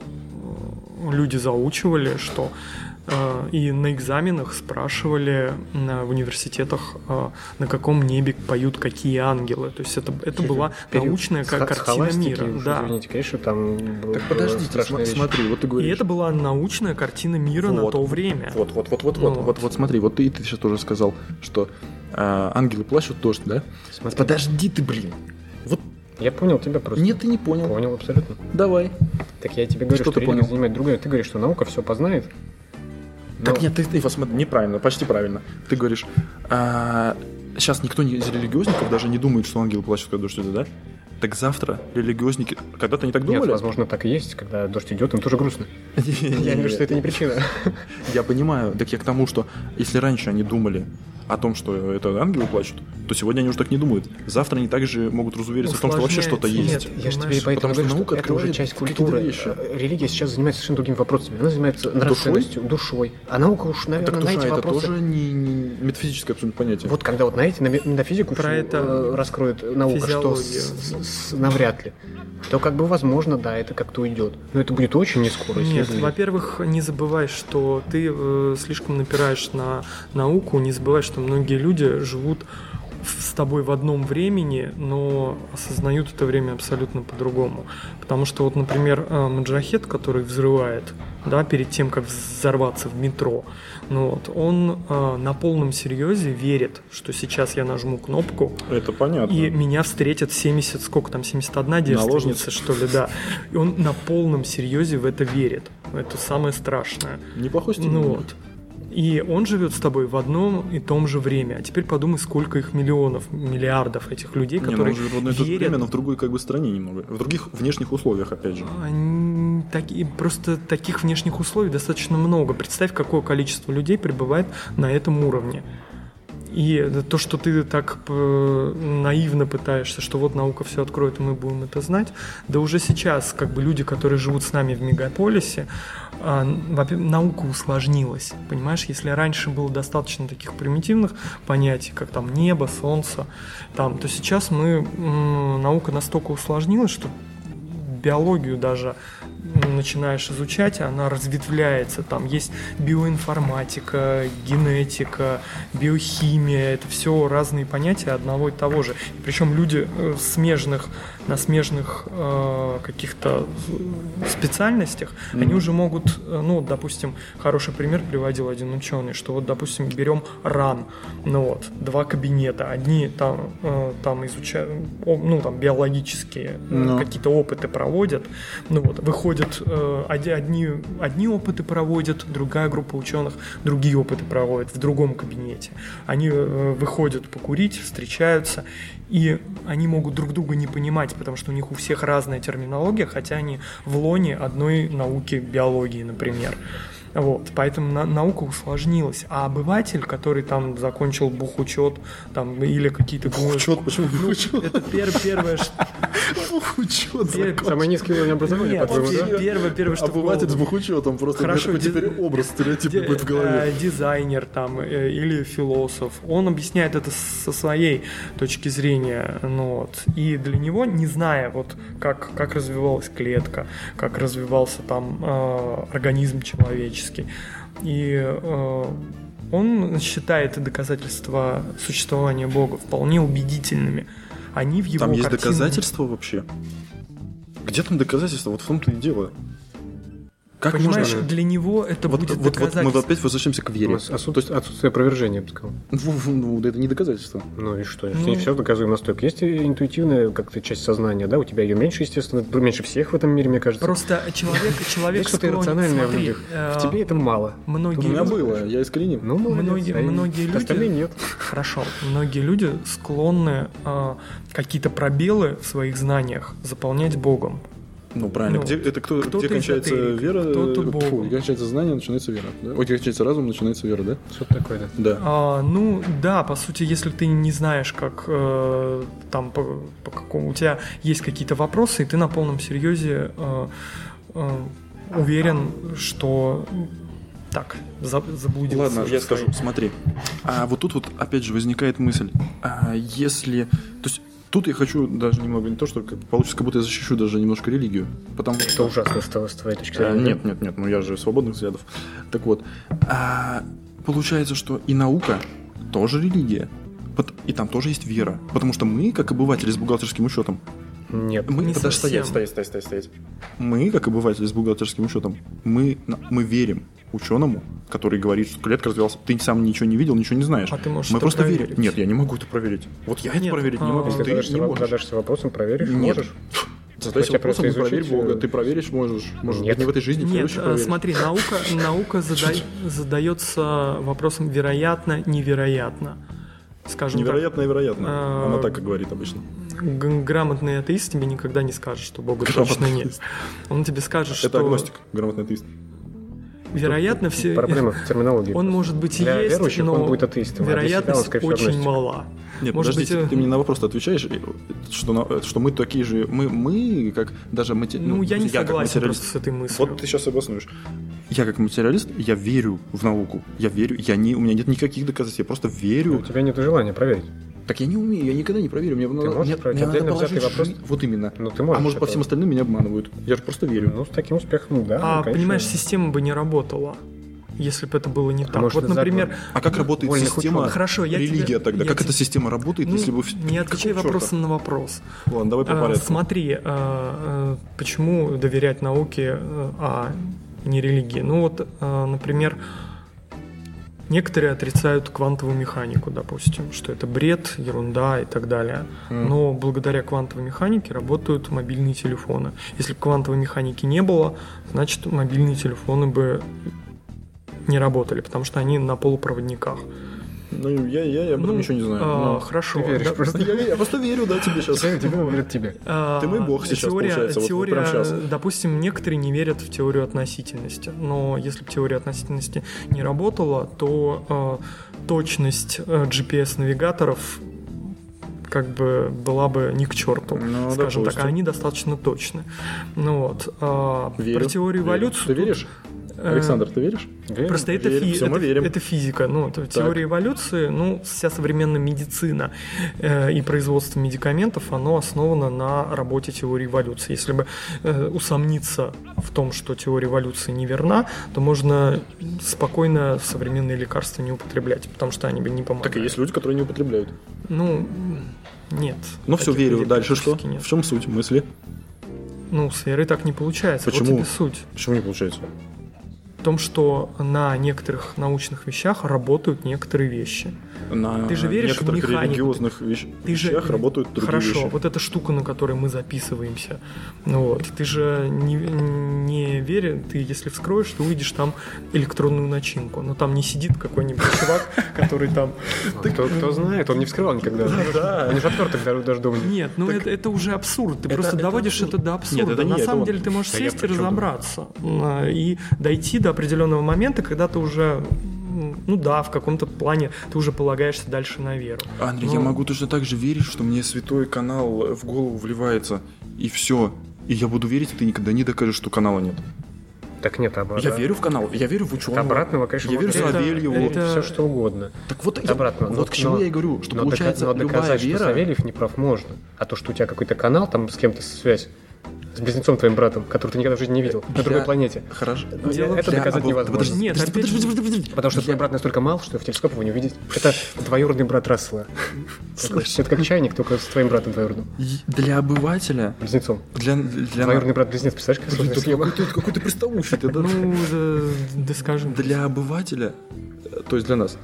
Speaker 3: э, люди заучивали, что э, и на экзаменах спрашивали на, в университетах, э, на каком небе поют какие ангелы. То есть это, это была
Speaker 2: Период
Speaker 3: научная ка-
Speaker 2: сха-
Speaker 3: картина
Speaker 2: схоластики
Speaker 3: мира.
Speaker 2: уж,
Speaker 3: Да.
Speaker 2: Извините, конечно, там было-
Speaker 1: Так
Speaker 2: было
Speaker 1: подождите,
Speaker 2: страшная
Speaker 1: см-
Speaker 2: вещь.
Speaker 1: смотри, вот ты
Speaker 3: И
Speaker 1: говоришь.
Speaker 3: это была научная картина мира на
Speaker 1: Вот.
Speaker 3: то время.
Speaker 1: Вот, вот, вот, вот,
Speaker 3: Ну
Speaker 1: вот,
Speaker 3: вот.
Speaker 1: вот, вот, смотри, вот ты, ты сейчас тоже сказал, что а, ангелы плачут дождь, да?
Speaker 2: Смотри.
Speaker 1: Подожди ты, блин. Вот
Speaker 2: Я понял тебя просто.
Speaker 1: нет, ты не понял.
Speaker 2: Понял абсолютно.
Speaker 1: Давай.
Speaker 2: Так я тебе говорю,
Speaker 1: Что ты
Speaker 2: что, религия
Speaker 1: понял?
Speaker 2: занимает другое. Ты говоришь, что наука все познает.
Speaker 1: Так
Speaker 2: Но-
Speaker 1: нет, ты, ты Ну, посмотри, неправильно, почти правильно. Ты говоришь, а, сейчас никто не, из религиозников даже не думает, что ангелы плачут, когда дождь идет, да? Так завтра религиозники... Когда-то они так
Speaker 2: Нет,
Speaker 1: думали?
Speaker 2: возможно, так и есть, когда дождь идет, им тоже грустно. Я говорю, что это не причина.
Speaker 1: Я понимаю, так я к тому, что если раньше они думали о том, что это ангелы плачут, то сегодня они уже так не думают. Завтра они также могут разувериться в том, что вообще что-то
Speaker 3: Усложняется.
Speaker 1: есть.
Speaker 3: Нет.
Speaker 2: Я же тебе
Speaker 3: Понимаешь?
Speaker 2: и поэтому
Speaker 1: Потому что
Speaker 2: говорю,
Speaker 1: наука
Speaker 2: что это уже
Speaker 1: открывает
Speaker 2: часть
Speaker 1: какие-то
Speaker 2: культуры.
Speaker 1: вещи.
Speaker 2: Э, Религия сейчас занимается совершенно другими вопросами. Она занимается нравственностью, душой. А наука уж,
Speaker 1: Так
Speaker 2: наверное, на
Speaker 1: душа
Speaker 2: эти
Speaker 1: это
Speaker 2: вопросы...
Speaker 1: тоже не, не метафизическое абсолютно понятие.
Speaker 2: Вот когда вот на эти, на ми- метафизику
Speaker 3: Про
Speaker 2: всю,
Speaker 3: это
Speaker 2: э, раскроет наука, что с-
Speaker 3: физиологию.
Speaker 2: с- навряд ли, то как бы возможно, да, это как-то уйдет. Но это будет очень нескоро, если
Speaker 3: Нет,
Speaker 2: это уйдет.
Speaker 3: во-первых, не забывай, что ты э, слишком напираешь на науку, не забывай, что многие люди живут в- с тобой в одном времени, но осознают это время абсолютно по-другому. Потому что вот, например, э, Маджахет, который взрывает, да, перед тем, как взорваться в метро, ну вот, он э, на полном серьезе верит, что сейчас я нажму кнопку,
Speaker 1: Это понятно.
Speaker 3: И меня встретят 70, сколько там, 71 девственница,
Speaker 1: Наложница.
Speaker 3: что ли, да. И он на полном серьезе в это верит. Это самое страшное.
Speaker 1: Неплохой стиль.
Speaker 3: Ну вот. И он живет с тобой в одном и том же время. А теперь подумай, сколько их миллионов, миллиардов этих людей,
Speaker 1: Не, ну, он
Speaker 3: которые
Speaker 1: живет в одно и то же
Speaker 3: верят.
Speaker 1: время, но в другой как бы стране немного. В других внешних условиях, опять же.
Speaker 3: Они- А, так- и просто таких внешних условий достаточно много. Представь, какое количество людей пребывает на этом уровне. И то, что ты так э, наивно пытаешься, что вот наука все откроет, и мы будем это знать, да уже сейчас как бы люди, которые живут с нами в мегаполисе, а, во-пе- наука усложнилась, понимаешь? Если раньше было достаточно таких примитивных понятий, как там небо, солнце, там, то сейчас мы м, наука настолько усложнилась, что биологию даже м, начинаешь изучать, она разветвляется. Там есть биоинформатика, генетика, биохимия. Это все разные понятия одного и того же. И причем люди э, смежных, на смежных э, каких-то э, специальностях, они уже могут, э, ну, вот, допустим, хороший пример приводил один ученый, что вот, допустим, берем ран, ну вот, два кабинета, одни там, э, там изучают, ну, там биологические э,
Speaker 1: Ну.
Speaker 3: какие-то опыты проводят, проводят. Ну вот, выходят э, оди- одни, одни опыты проводят, другая группа ученых другие опыты проводит в другом кабинете. Они э, выходят покурить, встречаются, и они могут друг друга не понимать, потому что у них у всех разная терминология, хотя они в лоне одной науки биологии, например. Вот, поэтому на- наука усложнилась. А обыватель, который там закончил бухучет, там, или какие-то...
Speaker 1: Бухучет, Ну, а почему бухучет?
Speaker 3: Ну, Это пер- первое, что...
Speaker 1: Бухучет.
Speaker 3: Пер-
Speaker 2: Самый низкий уровень образования,
Speaker 3: Нет,
Speaker 2: по-твоему,
Speaker 3: окей.
Speaker 2: да?
Speaker 3: первое- первое, что в
Speaker 1: Обыватель с
Speaker 3: голову.
Speaker 1: бухучетом просто. у меня
Speaker 3: Хорошо,
Speaker 1: такой
Speaker 3: ди-
Speaker 1: теперь образ, стереотип
Speaker 3: Ди-
Speaker 1: будет в голове.
Speaker 3: э, дизайнер там э, или философ, он объясняет это со своей точки зрения, ну вот. И для него, не зная вот как как развивалась клетка, как развивался там э, организм человеческий, и э, он считает доказательства существования Бога вполне убедительными. Они в его
Speaker 1: Там есть
Speaker 3: картинах-
Speaker 1: доказательства вообще? Где там доказательства? Вот в том-то и дело. Как
Speaker 3: Понимаешь,
Speaker 1: можно...
Speaker 3: для него это
Speaker 1: Вот,
Speaker 3: будет
Speaker 1: вот, вот мы
Speaker 3: доказательство.
Speaker 1: опять возвращаемся к
Speaker 2: У
Speaker 1: вере.
Speaker 2: нас отсутствие, отсутствие опровержения, я бы сказал.
Speaker 1: Ну, ну, да это не доказательство.
Speaker 2: Ну и что?
Speaker 3: Ну.
Speaker 2: Не все доказуем настолько. Есть и интуитивная как-то часть сознания, да? У тебя ее меньше, естественно, меньше всех в этом мире, мне кажется.
Speaker 3: Просто человек, человек
Speaker 2: Есть что-то
Speaker 3: склонен-
Speaker 2: иррациональное в
Speaker 3: смотри,
Speaker 2: людях.
Speaker 3: э,
Speaker 2: В тебе это мало.
Speaker 1: У
Speaker 3: многие
Speaker 1: меня
Speaker 3: люди-
Speaker 1: было, я искоренил.
Speaker 2: Ну, молодец.
Speaker 3: Многие-
Speaker 2: а и
Speaker 3: многие люди-
Speaker 2: Остальные нет.
Speaker 3: Хорошо. Многие люди склонны э, какие-то пробелы в своих знаниях заполнять Богом.
Speaker 1: Ну, правильно.
Speaker 3: Ну,
Speaker 1: где, это кто,
Speaker 3: кто-то
Speaker 1: где кончается
Speaker 3: эзотерик,
Speaker 1: вера,
Speaker 3: кто-то
Speaker 1: э,
Speaker 3: Бог.
Speaker 1: фу, где кончается знание, начинается вера. Да? Ой, где кончается разум, начинается вера, да?
Speaker 2: Что-то такое, да.
Speaker 1: Да.
Speaker 3: А, ну да, по сути, если ты не знаешь, как э, там по, по какому у тебя есть какие-то вопросы, и ты на полном серьезе э, э, уверен, что так за- заблудился.
Speaker 1: Ладно,
Speaker 3: уже
Speaker 1: я
Speaker 3: в своей-
Speaker 1: скажу, смотри. А вот тут вот опять же возникает мысль, а если... То есть тут я хочу даже немного не то, что как- получится, как будто я защищу даже немножко религию. Потому что
Speaker 2: Это ужасно стало с твоей точки
Speaker 1: Э,
Speaker 2: зрения.
Speaker 1: Нет, нет, нет, ну я же свободных взглядов. Так вот, а, получается, что и наука тоже религия. Пот- И там тоже есть вера. Потому что мы, как обыватели с бухгалтерским учетом,
Speaker 2: Нет.
Speaker 1: мы...
Speaker 3: Не
Speaker 1: подожди,
Speaker 3: совсем.
Speaker 1: стоять, стоять, стоять. Мы, как обыватели с бухгалтерским учетом, мы, на- мы верим ученому, который говорит, что клетка развивалась. Ты сам ничего не видел, ничего не знаешь.
Speaker 3: А ты можешь
Speaker 1: мы
Speaker 3: это
Speaker 1: просто
Speaker 3: проверить.
Speaker 1: верим. Нет, я не могу это проверить. Вот я это
Speaker 3: Нет,
Speaker 1: проверить не
Speaker 3: а,
Speaker 1: могу.
Speaker 2: Если
Speaker 1: Ты
Speaker 2: задашься,
Speaker 1: не
Speaker 2: воп-
Speaker 1: можешь.
Speaker 2: задашься вопросом, проверишь,
Speaker 1: Нет.
Speaker 2: можешь.
Speaker 1: Задайся
Speaker 2: Хотя
Speaker 1: вопросом,
Speaker 2: просто
Speaker 1: и проверь
Speaker 2: изучить, э,
Speaker 1: Бога. Ты проверишь, можешь. Может
Speaker 2: Нет.
Speaker 1: быть, не в этой жизни, в
Speaker 3: Нет,
Speaker 1: следующей
Speaker 3: э,
Speaker 1: проверишь.
Speaker 3: смотри, наука, наука зада- задается вопросом вероятно, невероятно. Скажем
Speaker 1: Невероятно, вероятно.
Speaker 3: А,
Speaker 1: Она так и говорит обычно.
Speaker 3: так, г- грамотный атеист тебе никогда не скажет, что Бога
Speaker 1: Грамотный
Speaker 3: точно нет.
Speaker 1: атеист.
Speaker 3: Он тебе скажет, что
Speaker 1: Это агностик, грамотный атеист.
Speaker 3: вероятно все...
Speaker 2: Проблема в терминологии.
Speaker 3: Он может быть и
Speaker 2: Для
Speaker 3: есть,
Speaker 2: верующих
Speaker 3: но
Speaker 2: он будет атеистом, а для
Speaker 3: вероятность
Speaker 2: христиан он, скорее всего,
Speaker 3: очень
Speaker 2: агностик.
Speaker 3: мала.
Speaker 1: Нет,
Speaker 3: Может
Speaker 1: подождите,
Speaker 3: быть, э,
Speaker 1: ты мне на вопрос отвечаешь, и, э, что, на- что мы такие же, мы, мы как даже мати...
Speaker 3: Ну, я не
Speaker 1: как
Speaker 3: согласен
Speaker 1: материалист.
Speaker 3: просто с этой мыслью.
Speaker 1: Вот ты сейчас обоснуешь. Я как материалист, я верю в науку, я верю, я не, у меня нет никаких доказательств, я просто
Speaker 2: У
Speaker 1: верю.
Speaker 2: тебя нет желания проверить.
Speaker 1: Так я не умею, я никогда не проверю, мне надо,
Speaker 2: можешь
Speaker 1: мне-
Speaker 2: проверить?
Speaker 1: мне надо
Speaker 2: Отдельно взятый
Speaker 1: положить
Speaker 2: вопрос?
Speaker 1: жизнь- Вот именно.
Speaker 2: Ну, ты можешь
Speaker 1: а может по
Speaker 2: это-
Speaker 1: всем остальным меня обманывают? Я же просто верю.
Speaker 2: Ну, с таким успехом, да.
Speaker 3: А,
Speaker 2: ну, конечно.
Speaker 3: понимаешь, система бы не работала, если бы это было не так.
Speaker 2: А может,
Speaker 3: вот,
Speaker 2: это
Speaker 3: например,
Speaker 2: заговор.
Speaker 1: А как работает
Speaker 2: Вольных
Speaker 1: система
Speaker 2: ученых.
Speaker 3: Хорошо, я
Speaker 1: религия
Speaker 3: тебе-
Speaker 1: тогда?
Speaker 3: я
Speaker 1: как
Speaker 3: тебе-
Speaker 1: эта система работает,
Speaker 3: ну,
Speaker 1: если бы...
Speaker 3: не отвечай
Speaker 1: Какого
Speaker 3: вопросом
Speaker 1: чёрта?
Speaker 3: на вопрос.
Speaker 1: Ладно, давай по
Speaker 3: А,
Speaker 1: порядку.
Speaker 3: Смотри, а, э, почему доверять науке, э, а не религии? Ну вот, э, например, некоторые отрицают квантовую механику, допустим, что это бред, ерунда и так далее. Но благодаря квантовой механике работают мобильные телефоны. Если бы квантовой механики не было, значит мобильные телефоны бы не работали, потому что они на полупроводниках.
Speaker 1: Ну, я, я, я об этом
Speaker 3: Ну,
Speaker 1: ничего не знаю.
Speaker 3: а,
Speaker 1: Ну,
Speaker 3: хорошо.
Speaker 2: ты веришь
Speaker 3: да-
Speaker 2: просто.
Speaker 1: Я, я просто верю, да, тебе сейчас.
Speaker 2: Теперь тебе верят тебе.
Speaker 3: А,
Speaker 1: Ты мой бог сейчас,
Speaker 3: теория,
Speaker 1: получается, вот- вот
Speaker 3: теория,
Speaker 1: прям щас.
Speaker 3: Допустим, некоторые не верят в теорию относительности, но если бы теория относительности не работала, то э, точность э, GPS-навигаторов как бы была бы не к черту,
Speaker 1: Ну,
Speaker 3: скажем так,
Speaker 1: допустим.
Speaker 3: а они достаточно точны. Ну вот. а,
Speaker 1: Верю,
Speaker 3: про теорию
Speaker 1: верю.
Speaker 3: эволюции...
Speaker 1: Ты
Speaker 3: тут,
Speaker 1: веришь?
Speaker 3: э,
Speaker 1: Александр, ты веришь?
Speaker 2: Верят.
Speaker 3: Просто это,
Speaker 1: верим,
Speaker 3: фи-
Speaker 1: всё, мы
Speaker 3: это-
Speaker 1: верим.
Speaker 3: это физика, ну, это теория эволюции, ну, вся современная медицина э, и производство медикаментов, оно основано на работе теории эволюции. Если бы э, усомниться в том, что теория эволюции не верна, то можно спокойно современные лекарства не употреблять, потому что они бы не помогли.
Speaker 1: Так и есть люди, которые не употребляют.
Speaker 3: Ну, нет.
Speaker 1: Ну все,
Speaker 3: Таких
Speaker 1: верю.
Speaker 3: людей
Speaker 1: Дальше что?
Speaker 3: практически нет.
Speaker 1: В чем суть мысли?
Speaker 3: Ну, с верой так не получается.
Speaker 1: Почему?
Speaker 3: Вот тебе суть.
Speaker 1: Почему не получается?
Speaker 3: в том, что на некоторых научных вещах работают некоторые вещи.
Speaker 1: На
Speaker 3: Ты же веришь в
Speaker 1: некоторых
Speaker 3: механику, ты-
Speaker 1: религиозных вещ-
Speaker 3: Ты же-
Speaker 1: вещах работают другие
Speaker 3: Хорошо,
Speaker 1: вещи.
Speaker 3: вот эта штука, на которой мы записываемся, ну вот, ты же не, не веришь, ты если вскроешь, ты увидишь там электронную начинку, но там не сидит какой-нибудь чувак, который там...
Speaker 2: Кто, кто знает, он не вскрывал никогда.
Speaker 1: Ну
Speaker 3: Да.
Speaker 2: Они же отверток даже, даже дома не-
Speaker 3: Нет, ну это, это уже абсурд. Ты
Speaker 1: Это-
Speaker 3: просто
Speaker 1: это
Speaker 3: доводишь это до абсурда.
Speaker 1: Нет, это не
Speaker 3: На
Speaker 1: я, это
Speaker 3: самом
Speaker 1: он.
Speaker 3: деле ты можешь
Speaker 2: Да я
Speaker 3: сесть и
Speaker 2: про чём
Speaker 3: разобраться а, и дойти до определенного момента, когда ты уже, м, ну да, в каком-то плане ты уже полагаешься дальше на веру.
Speaker 1: Андрей,
Speaker 3: Ну.
Speaker 1: я могу точно так же верить, что мне святой канал в голову вливается, и все. И я буду верить, и ты никогда не докажешь, что канала нет.
Speaker 2: Так нет, обратно.
Speaker 1: Я верю в канал, я верю в ученого.
Speaker 2: Обратного, конечно,
Speaker 1: Я верю в
Speaker 2: можно.
Speaker 1: Савельеву.
Speaker 3: Это-
Speaker 2: Все что угодно.
Speaker 1: Так вот, я-
Speaker 2: Обратно.
Speaker 1: вот
Speaker 2: Но-
Speaker 1: к чему
Speaker 2: но-
Speaker 1: я и говорю, что
Speaker 2: но
Speaker 1: получается
Speaker 2: дока- но
Speaker 1: любая
Speaker 2: доказать, что
Speaker 1: вера...
Speaker 2: Савельев не прав, можно. А то, что у тебя какой-то канал, там с кем-то связь, с близнецом твоим братом, который ты никогда в жизни не видел, на
Speaker 1: Для-
Speaker 2: другой планете.
Speaker 1: Хорошо.
Speaker 2: Дело- это
Speaker 1: Для
Speaker 2: доказать
Speaker 1: обо-
Speaker 2: невозможно.
Speaker 1: Подожди,
Speaker 3: Нет,
Speaker 1: подожди,
Speaker 3: опять же-
Speaker 1: подожди, подожди, подожди.
Speaker 2: Потому что твой брат настолько мал, что в телескоп его не увидеть. Это двоюродный брат Рассела. Это,
Speaker 1: Слышь.
Speaker 2: это как чайник, только с твоим братом двоюродным.
Speaker 1: И Для обывателя...
Speaker 2: Близнецом.
Speaker 1: Для... для
Speaker 2: Двоюродный брат-близнец, представляешь, как сложная схема?
Speaker 1: Какой-то, какой-то приставучий, ты, да?
Speaker 3: Ну, да, да скажем.
Speaker 1: для обывателя, э, то есть для нас,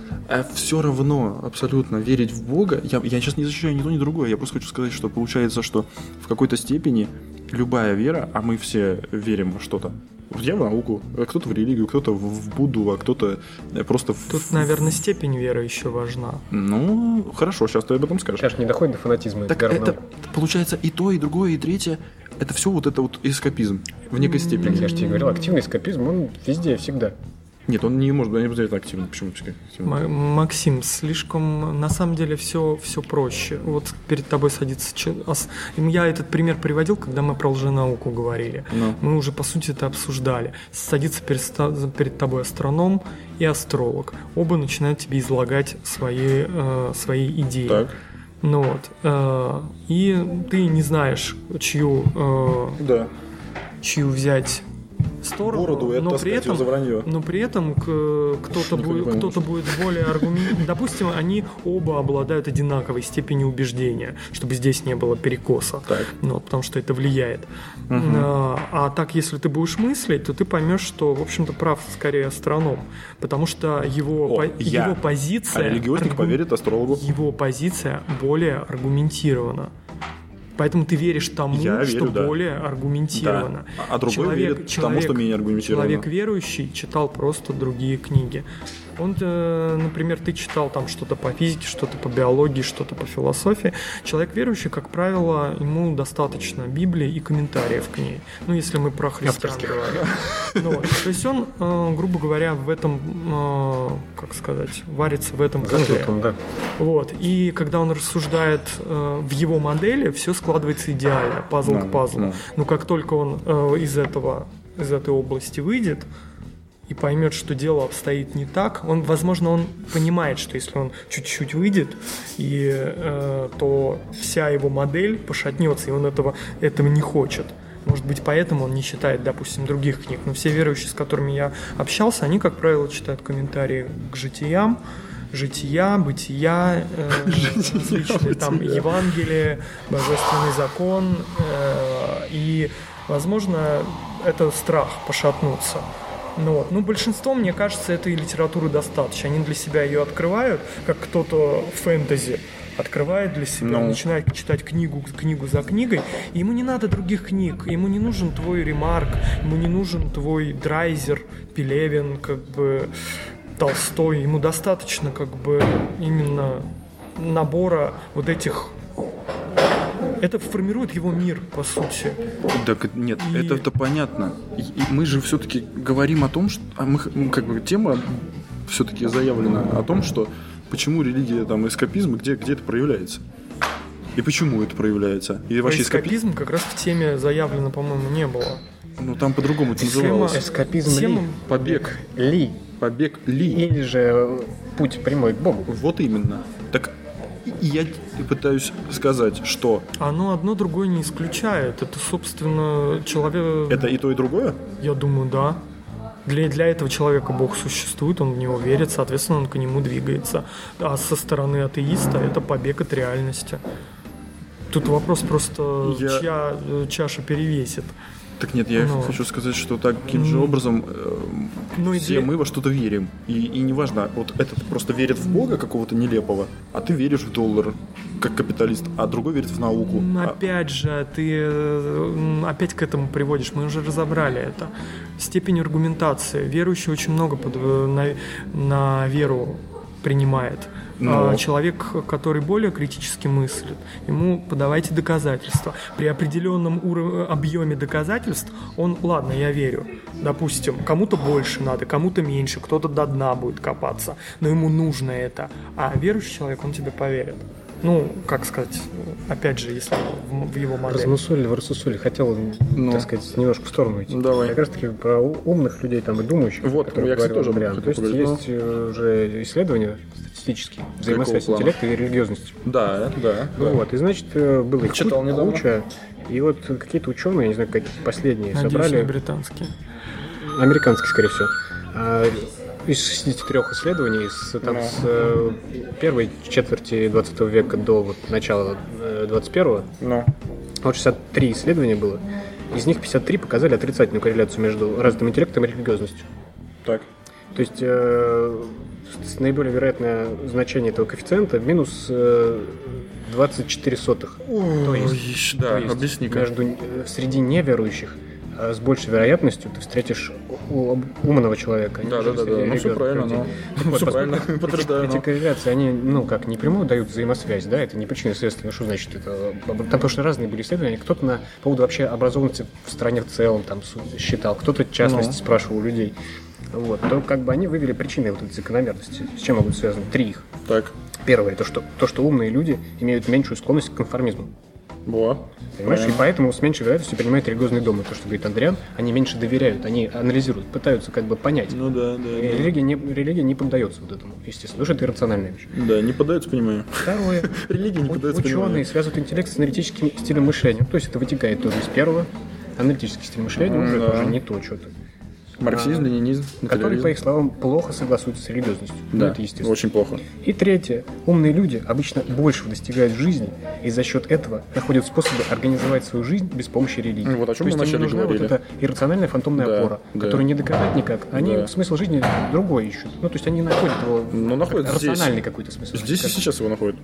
Speaker 1: все равно абсолютно верить в Бога. Я, я сейчас не защищаю ни то, ни другое. Я просто хочу сказать, что получается, что в какой-то степени любая вера, а мы все верим во что-то. Вот Я в науку, а кто-то в религию, кто-то в, в Будду, а кто-то э, просто в...
Speaker 3: Тут, наверное, степень веры еще важна.
Speaker 1: Ну, хорошо, сейчас ты об этом скажешь.
Speaker 2: Сейчас же не доходит до фанатизма.
Speaker 1: Так
Speaker 2: до
Speaker 1: это
Speaker 2: равного.
Speaker 1: получается и то, и другое, и третье. Это все вот это вот эскапизм в некой
Speaker 2: Как
Speaker 1: степени.
Speaker 2: я же тебе говорил, активный эскапизм, он везде, и всегда.
Speaker 1: Нет, он не может, он не обязательно активный. Почему? активный?
Speaker 3: М- Максим, слишком, на самом деле, все, все проще. Вот перед тобой садится... че- ос- Я этот пример приводил, когда мы про лженауку говорили.
Speaker 1: Ну.
Speaker 3: Мы уже, по сути, это обсуждали. Садится перед, ста- перед тобой астроном и астролог. Оба начинают тебе излагать свои, э, свои идеи.
Speaker 1: Так.
Speaker 3: Ну вот. э, и ты не знаешь, чью, э,
Speaker 1: Да.
Speaker 3: чью взять сторону,
Speaker 1: Бороду и
Speaker 3: но
Speaker 1: оттаскать её
Speaker 3: при
Speaker 1: ну,
Speaker 3: этом
Speaker 1: за вранье.
Speaker 3: но при этом к- э,
Speaker 1: Никто
Speaker 3: кто-то
Speaker 1: не
Speaker 3: будет,
Speaker 1: поймет.
Speaker 3: кто-то будет более аргумент. Допустим, они оба обладают одинаковой степенью убеждения, чтобы здесь не было перекоса.
Speaker 1: Так.
Speaker 3: Ну, вот, потому что это влияет. А, а так, если ты будешь мыслить, то ты поймешь, что, в общем-то, прав скорее астроном. Потому что его,
Speaker 1: О,
Speaker 3: по-
Speaker 1: я.
Speaker 3: его позиция.
Speaker 1: А религиозник
Speaker 3: аргу-
Speaker 1: поверит астрологу.
Speaker 3: Его позиция более аргументирована. Поэтому ты веришь тому,
Speaker 1: Я
Speaker 3: что
Speaker 1: верю, да.
Speaker 3: более аргументировано.
Speaker 1: Да. А- а другой верит тому, что менее аргументировано.
Speaker 3: Человек верующий читал просто другие книги. Он, э, например, ты читал там что-то по физике, что-то по биологии, что-то по философии. Человек верующий, как правило, ему достаточно Библии и комментариев к ней. Ну, если мы про христиан
Speaker 2: Авторских.
Speaker 3: говорим. Ну вот. То есть он, э, грубо говоря, в этом, э, как сказать, варится в этом котле.
Speaker 2: Замкнут он, да.
Speaker 3: Вот. И когда он рассуждает э, в его модели, все складывается идеально, пазл
Speaker 1: Да,
Speaker 3: к пазлу.
Speaker 1: да.
Speaker 3: Но как только он э, из этого, из этой области выйдет и поймет, что дело обстоит не так, он, возможно, он понимает, что если он чуть-чуть выйдет, и, э, то вся его модель пошатнется, и он этого, этого не хочет. Может быть, поэтому он не читает, допустим, других книг. Но все верующие, с которыми я общался, они, как правило, читают комментарии к житиям, жития, бытия, э, различные там Евангелие, Божественный закон, э, и, возможно, это страх пошатнуться. Ну вот. Ну, большинство, мне кажется, этой литературы достаточно. Они для себя ее открывают, как кто-то в фэнтези открывает для себя,
Speaker 1: Ну.
Speaker 3: начинает читать книгу, книгу за книгой, и ему не надо других книг, ему не нужен твой ремарк, ему не нужен твой драйзер, пелевин, как бы Толстой, ему достаточно как бы именно набора вот этих... Это формирует его мир, по сути.
Speaker 1: Так нет,
Speaker 3: И-
Speaker 1: это, это понятно. И- и мы же все-таки говорим о том, что а мы х- ну, как бы тема все-таки заявлена о том, что почему религия там эскапизм и где где это проявляется и почему это проявляется и вообще эскапизм,
Speaker 3: Эскапизм как раз в теме заявлено, по-моему, не было.
Speaker 1: ну там по-другому это
Speaker 3: Тема-
Speaker 1: называлось.
Speaker 2: Эскапизм
Speaker 3: тема-
Speaker 2: ли?
Speaker 1: Побег,
Speaker 2: Ли.
Speaker 1: побег ли.
Speaker 2: Или же э, путь прямой к Богу.
Speaker 1: Вот именно. Так и- и я пытаюсь сказать, что
Speaker 3: Оно одно другое не исключает. Это, собственно, человек...
Speaker 1: это и то и другое.
Speaker 3: Я думаю, да. Для, для этого человека Бог существует, он в него верит, соответственно, он к нему двигается. А со стороны атеиста это побег от реальности. Тут вопрос просто,
Speaker 1: Я-
Speaker 3: чья э, чаша перевесит.
Speaker 1: Так нет, я
Speaker 3: Ну.
Speaker 1: хочу сказать, что таким же образом э,
Speaker 3: Ну, и
Speaker 1: Все
Speaker 3: дверь-
Speaker 1: мы во что-то верим. И, и неважно, вот этот просто верит в Бога какого-то нелепого, а ты веришь в доллар, как капиталист, а другой верит в науку.
Speaker 3: М,
Speaker 1: А-
Speaker 3: Опять же, ты э, м, опять к этому приводишь. Мы уже разобрали это. Степень аргументации. Верующий очень много под- э, на, на веру принимает.
Speaker 1: Ну.
Speaker 3: А Человек, который более критически мыслит, ему подавайте доказательства. При определенном уро- объеме доказательств он, ладно, я верю, допустим, кому-то больше надо, кому-то меньше, кто-то до дна будет копаться, но ему нужно это. А верующий человек, он тебе поверит. Ну, как сказать, опять же, если в, в его модели.
Speaker 2: Размусолили, рассусолили, хотел,
Speaker 1: Ну.
Speaker 2: так сказать, немножко в сторону идти.
Speaker 1: Давай.
Speaker 2: Я как раз таки про у- умных людей там и думающих.
Speaker 1: Вот,
Speaker 2: о которых
Speaker 1: я, кстати,
Speaker 2: говорил
Speaker 1: тоже об этом
Speaker 2: Андриан. То
Speaker 1: хотел
Speaker 2: есть есть э, уже исследования статистические, взаимосвязь
Speaker 1: плана?
Speaker 2: интеллекта и религиозности.
Speaker 1: Да, да.
Speaker 2: Ну вот, и значит, э, было их
Speaker 1: Читал
Speaker 2: куча,
Speaker 1: недавно.
Speaker 2: куча, и вот какие-то ученые, я не знаю, какие последние
Speaker 3: Надеюсь, не
Speaker 2: собрали,
Speaker 3: британские.
Speaker 2: американские, скорее всего, А, из 63 исследований, с, там, с э, первой четверти 20 века до вот, начала э, 21
Speaker 1: Ну.
Speaker 2: вот 63 исследования было, из них 53 показали отрицательную корреляцию между развитым интеллектом и религиозностью.
Speaker 1: Так.
Speaker 2: То есть э, с- наиболее вероятное значение этого коэффициента минус э, 24 сотых. То есть,
Speaker 1: Ой, да,
Speaker 2: то есть
Speaker 1: объясни-ка.
Speaker 2: между э, среди неверующих э, с большей вероятностью ты встретишь у- у- умного человека.
Speaker 1: Да, да, да, да.
Speaker 2: нежели среди
Speaker 1: Ну все
Speaker 2: религиозных
Speaker 1: правильно,
Speaker 2: людей.
Speaker 1: но.
Speaker 2: Так
Speaker 1: Ну
Speaker 2: вот,
Speaker 1: все
Speaker 2: поскольку
Speaker 1: правильно, подтверждаю.
Speaker 2: эти
Speaker 1: но.
Speaker 2: корреляции, они, ну, как, не прямую дают взаимосвязь, да, это не причина и следствие, ну, что значит это? Там потому что разные были исследования, кто-то на поводу вообще образованности в стране в целом там су- считал, кто-то в частности
Speaker 1: Ну.
Speaker 2: спрашивал у людей. Вот, то как бы они вывели причины вот этой закономерности. С чем могут связаны? Три их.
Speaker 1: Так.
Speaker 2: Первое, то что, то, что умные люди имеют меньшую склонность к конформизму.
Speaker 1: Во.
Speaker 2: Понимаешь, и
Speaker 1: Правильно.
Speaker 2: поэтому с меньшей вероятностью принимают религиозные дома. То, что говорит Андриан, они меньше доверяют, они анализируют, пытаются как бы понять.
Speaker 1: Ну да, да.
Speaker 2: И
Speaker 1: да.
Speaker 2: Религия не, религия не поддается вот этому, естественно, потому что это иррациональная вещь.
Speaker 1: Да, не поддается пониманию.
Speaker 2: Второе.
Speaker 1: Религия не
Speaker 2: У-
Speaker 1: поддается
Speaker 2: Ученые
Speaker 1: пониманию.
Speaker 2: связывают интеллект с аналитическим стилем мышления. То есть это вытекает тоже из первого. Аналитический стиль мышления уже,
Speaker 1: Ну Да.
Speaker 2: уже не то что-то.
Speaker 1: Марксизм, ленинизм,
Speaker 2: а, Который, по
Speaker 1: материализм.
Speaker 2: их словам, плохо согласуется с религиозностью. Ну,
Speaker 1: Да,
Speaker 2: это естественно.
Speaker 1: очень плохо.
Speaker 2: И третье. Умные люди обычно большего достигают в жизни и за счет этого находят способы организовать свою жизнь без помощи религии.
Speaker 1: Ну, вот о чем
Speaker 2: То
Speaker 1: мы
Speaker 2: есть им
Speaker 1: вначале
Speaker 2: не нужна
Speaker 1: говорили.
Speaker 2: вот эта иррациональная фантомная
Speaker 1: Да,
Speaker 2: опора,
Speaker 1: да.
Speaker 2: которую не доказать никак. а Они
Speaker 1: Да.
Speaker 2: смысл жизни другой ищут. Ну, то есть они находят его
Speaker 1: Ну, находят здесь.
Speaker 2: рациональный какой-то смысл. жизни,
Speaker 1: Здесь и
Speaker 2: как-
Speaker 1: сейчас его находят.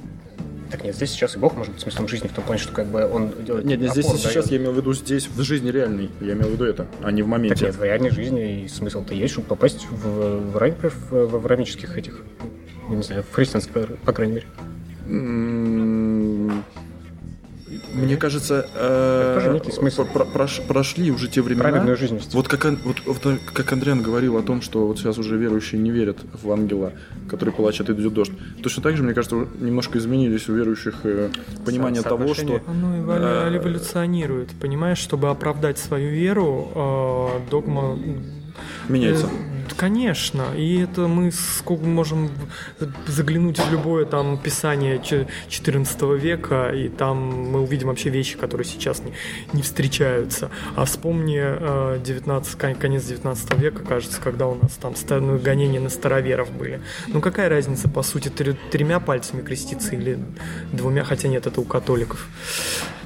Speaker 2: так нет, здесь сейчас и Бог может быть смыслом жизни в том плане, что как бы он делает
Speaker 1: Нет, не здесь и
Speaker 2: опору
Speaker 1: сейчас, я
Speaker 2: дает.
Speaker 1: имел в виду здесь, в жизни реальной. Я имел в виду это, а не в
Speaker 2: Так
Speaker 1: моменте.
Speaker 2: нет, в реальной жизни и смысл-то есть, чтобы попасть в, в рай, например, в, в авраамических этих, я не знаю, в христианских, по- по крайней мере.
Speaker 1: М, Мне кажется, э,
Speaker 2: тоже некий смысл.
Speaker 1: про- про- прош- прошли уже те времена.
Speaker 2: Праведную жизнь вести.
Speaker 1: Вот как, Ан- вот, вот как Андриан говорил о том, что вот сейчас уже верующие не верят в ангела, который плачет и идет дождь. Точно так же, мне кажется, немножко изменились у верующих э, понимание
Speaker 2: Со-
Speaker 1: того, что...
Speaker 2: соотношение.
Speaker 3: Оно
Speaker 1: Э,
Speaker 3: эволю- эволюционирует, понимаешь, чтобы оправдать свою веру, э, догма
Speaker 1: Меняется.
Speaker 3: Э, д- Конечно, и это мы сколько можем в- заглянуть в любое там писание че- 14 века, и там мы увидим вообще вещи, которые сейчас не, не встречаются. А вспомни э, 19, кон- конец 19 века, кажется, когда у нас там стальное гонение на староверов были. Ну какая разница, по сути, тре- тремя пальцами креститься или двумя, хотя нет, это у католиков.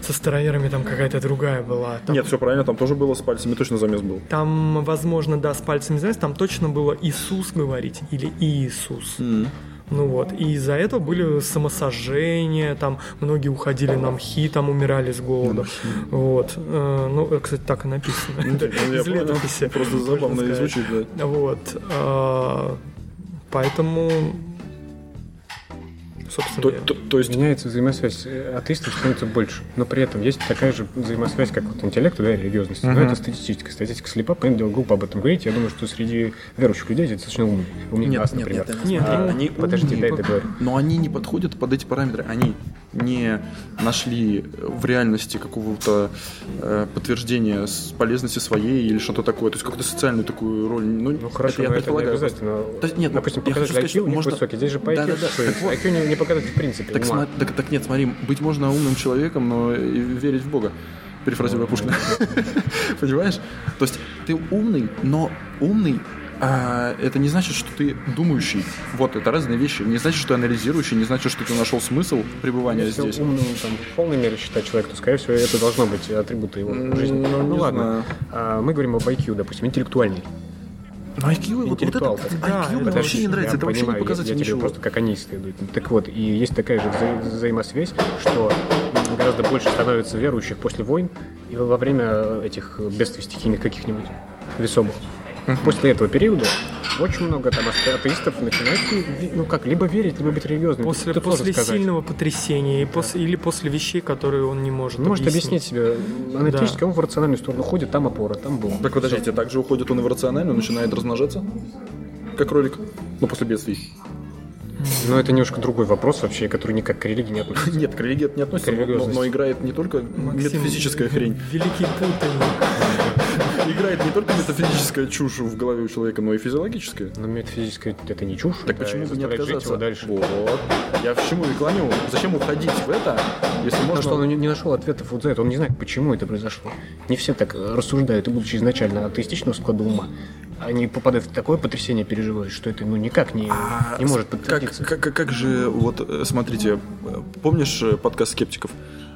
Speaker 3: Со староверами там какая-то другая была. Там
Speaker 1: Нет, все правильно, там тоже было с пальцами, точно замес был.
Speaker 3: там, возможно, да, с пальцами знаешь, там точно было Иисус говорить или Иисус. Ну вот, и из-за этого были самосожжения, там многие уходили на мхи, там умирали с голода. Вот. Э, Ну, э, кстати, так и написано.
Speaker 1: Ну, типа, Я
Speaker 3: Из
Speaker 1: понял.
Speaker 3: летописи.
Speaker 1: Просто
Speaker 3: можно
Speaker 1: забавно
Speaker 3: сказать.
Speaker 1: звучит, да.
Speaker 3: Вот. А, Поэтому, собственно,
Speaker 1: То-
Speaker 3: я-
Speaker 1: то- То есть
Speaker 2: Меняется взаимосвязь. Э, Атеистов становится больше. Но при этом есть такая же взаимосвязь, как вот интеллекта, да, и религиозности. Но это статистическая. Статистика слепа, понятное дело, глупо об этом говорить. Я думаю, что среди верующих людей это достаточно умный. Умнее
Speaker 1: Нет,
Speaker 2: нас,
Speaker 1: нет,
Speaker 2: например.
Speaker 1: нет,
Speaker 3: Нет,
Speaker 1: А,
Speaker 3: ну,
Speaker 1: они
Speaker 2: подожди,
Speaker 1: умные,
Speaker 2: дай договорю.
Speaker 1: Но они не подходят под эти параметры. Они не нашли в реальности какого-то э, подтверждения с полезности своей или что-то такое. То есть какую-то социальную такую роль. Ну,
Speaker 2: Ну
Speaker 1: это
Speaker 2: хорошо,
Speaker 1: я
Speaker 2: но это не
Speaker 1: предполагаю.
Speaker 2: обязательно.
Speaker 1: Да нет, ну,
Speaker 2: Допустим,
Speaker 1: я хочу
Speaker 2: показатель
Speaker 1: сказать, что
Speaker 2: IQ у них
Speaker 1: можно-
Speaker 2: высокий. Здесь же по IQ,
Speaker 1: Да-да-да,
Speaker 2: что
Speaker 1: так вот.
Speaker 2: IQ не, не показатель в принципе.
Speaker 1: Так,
Speaker 2: ну,
Speaker 1: сма-
Speaker 2: ладно.
Speaker 1: так- так нет, смотри, быть можно умным человеком, но и верить в Бога. Перефразируя Пушкина. Понимаешь? То есть ты умный, но умный а, это не значит, что ты думающий. Вот, это разные вещи. Не значит, что ты анализирующий, не значит, что ты нашел смысл пребывания
Speaker 2: Если
Speaker 1: здесь.
Speaker 2: умным там, в полной мере считать человека, то, скорее всего, это должно быть атрибуты его
Speaker 1: М,
Speaker 2: жизни.
Speaker 1: ну, не
Speaker 2: ладно.
Speaker 1: знаю.
Speaker 2: А, мы говорим об IQ, допустим, интеллектуальный.
Speaker 1: Ну, IQ, вот, вот это,
Speaker 2: интеллектуалка.
Speaker 1: IQ
Speaker 3: Да,
Speaker 1: мне
Speaker 3: это
Speaker 1: вообще не
Speaker 2: Я
Speaker 1: нравится, это вообще не
Speaker 2: понимаю, я-
Speaker 1: показатель
Speaker 2: я тебе
Speaker 1: ничего.
Speaker 2: просто как они следуют. Так вот, и есть такая же вза- взаимосвязь, что гораздо больше становится верующих после войн и во время этих бедствий стихийных каких-нибудь весомых. После этого периода очень много там ате- атеистов начинают, ну как, либо верить, либо быть религиозными.
Speaker 3: После,
Speaker 2: Тут сложно
Speaker 3: после
Speaker 2: сказать.
Speaker 3: сильного потрясения и пос- или после вещей, которые он не может
Speaker 2: Может объяснить
Speaker 3: объяснить.
Speaker 2: себе аналитически, он в рациональную сторону ходит, там опора, там был.
Speaker 1: Так подождите, так же уходит он и в рациональную, начинает размножаться? Как ролик? Ну, после бедствий.
Speaker 2: Но Ну, это немножко другой вопрос вообще, который никак к религии не относится.
Speaker 1: Нет, к религии это не относится, но- но,
Speaker 2: Религиозность.
Speaker 1: но играет не только
Speaker 3: Максим,
Speaker 1: метафизическая хрень.
Speaker 3: Великий путаник.
Speaker 1: Играет не только метафизическая чушь в голове у человека, но и физиологическая.
Speaker 2: Но метафизическое это не чушь.
Speaker 1: Так
Speaker 2: да, и
Speaker 1: почему бы не
Speaker 2: заставляет жить
Speaker 1: отказаться?
Speaker 2: его дальше?
Speaker 1: Вот. Я к чему и клоню. Зачем уходить в это, если можно...
Speaker 2: Потому что он не- не нашел ответов вот за это, он не знает, почему это произошло. Не все так э, рассуждают, и будучи изначально атеистичного склада ума, они попадают в такое потрясение, переживают, что это ну никак не,
Speaker 1: А
Speaker 2: не может
Speaker 1: как,
Speaker 2: подтвердиться.
Speaker 1: как, как, как же, вот, э, смотрите, э, помнишь э, подкаст скептиков?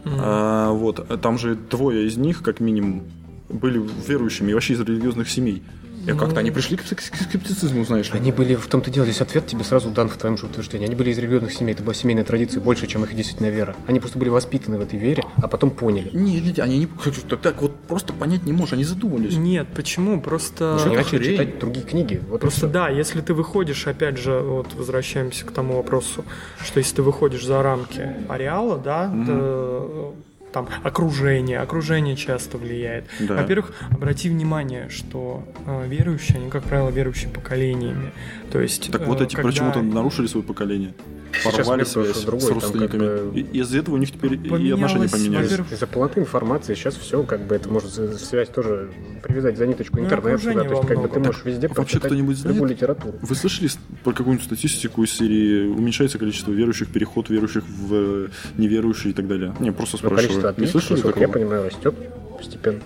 Speaker 1: А, вот, э, там же двое из них, как минимум, были верующими и вообще из религиозных семей.
Speaker 3: Ну.
Speaker 1: И как-то они пришли к ск- ск- скептицизму, знаешь. ли.
Speaker 2: Они были в том-то дело, здесь ответ тебе сразу дан в твоем же утверждении. Они были из религиозных семей, это была семейная традиция больше, чем их действительно вера. Они просто были воспитаны в этой вере, а потом поняли.
Speaker 1: Не, люди, они не... Так, так вот просто понять не можешь, они задумались.
Speaker 3: Нет, почему?
Speaker 1: Ну
Speaker 3: Просто...
Speaker 2: Они начали
Speaker 1: хрень?
Speaker 2: читать другие книги. Вот и
Speaker 3: Просто
Speaker 2: всё.
Speaker 3: да, если ты выходишь, опять же, вот возвращаемся к тому вопросу, что если ты выходишь за рамки ареала, да, т- э, там окружение, окружение часто влияет.
Speaker 1: Да.
Speaker 3: Во-первых, обрати внимание, что э, верующие, они, как правило, верующие поколениями. То есть,
Speaker 1: Так вот
Speaker 3: э,
Speaker 1: эти
Speaker 3: когда-
Speaker 1: почему-то нарушили свое поколение.
Speaker 2: Сейчас
Speaker 1: Порвали
Speaker 2: мир просто
Speaker 1: связь
Speaker 2: другой,
Speaker 1: с
Speaker 2: там
Speaker 1: родственниками.
Speaker 2: как бы-
Speaker 1: И- и из-за этого у них теперь и
Speaker 3: Поменялось,
Speaker 1: отношения поменялись.
Speaker 3: во-первых,
Speaker 2: Из-за полноты информации сейчас все, как бы это может за- связь тоже привязать за ниточку
Speaker 3: Ну,
Speaker 2: интернет.
Speaker 3: окружение
Speaker 2: сюда, то есть,
Speaker 3: во
Speaker 2: как бы
Speaker 3: многом.
Speaker 2: ты можешь везде
Speaker 1: а вообще
Speaker 2: прочитать
Speaker 1: кто-нибудь знает?
Speaker 2: любую литературу.
Speaker 1: Вы слышали с- про какую-нибудь статистику из серии «Уменьшается количество верующих, переход верующих в э, неверующие» и так далее? Не, просто
Speaker 2: Но количество
Speaker 1: спрашиваю. Не
Speaker 2: ответов,
Speaker 1: слышали
Speaker 2: насколько я
Speaker 1: такого?
Speaker 2: понимаю, растет постепенно.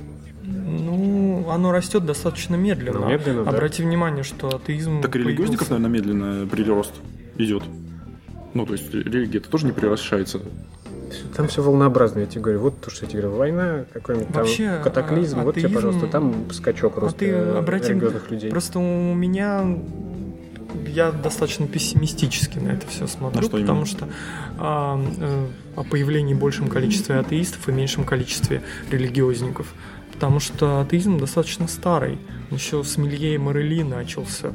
Speaker 3: Ну, оно растет достаточно медленно.
Speaker 2: Ну, медленно, да.
Speaker 3: Обрати внимание, что атеизм...
Speaker 1: Так и религиозников,
Speaker 3: появился-
Speaker 1: наверное, медленно прирост идет. Ну, то есть религия-то тоже не превращается.
Speaker 2: Там все волнообразно, я тебе говорю. Вот то, что я тебе говорю, война, какой-нибудь там
Speaker 3: Вообще,
Speaker 2: катаклизм,
Speaker 3: а-
Speaker 2: вот тебе,
Speaker 3: атеизм-
Speaker 2: пожалуйста, там скачок
Speaker 3: А
Speaker 2: просто
Speaker 3: ты
Speaker 2: э,
Speaker 3: обрати...
Speaker 2: религиозных людей.
Speaker 3: Просто у меня... Я достаточно пессимистически на это все смотрю,
Speaker 1: На что именно?
Speaker 3: потому что а, э, о появлении большем количестве атеистов и меньшем количестве религиозников. Потому что атеизм достаточно старый. Он Еще с Милье и Морели начался.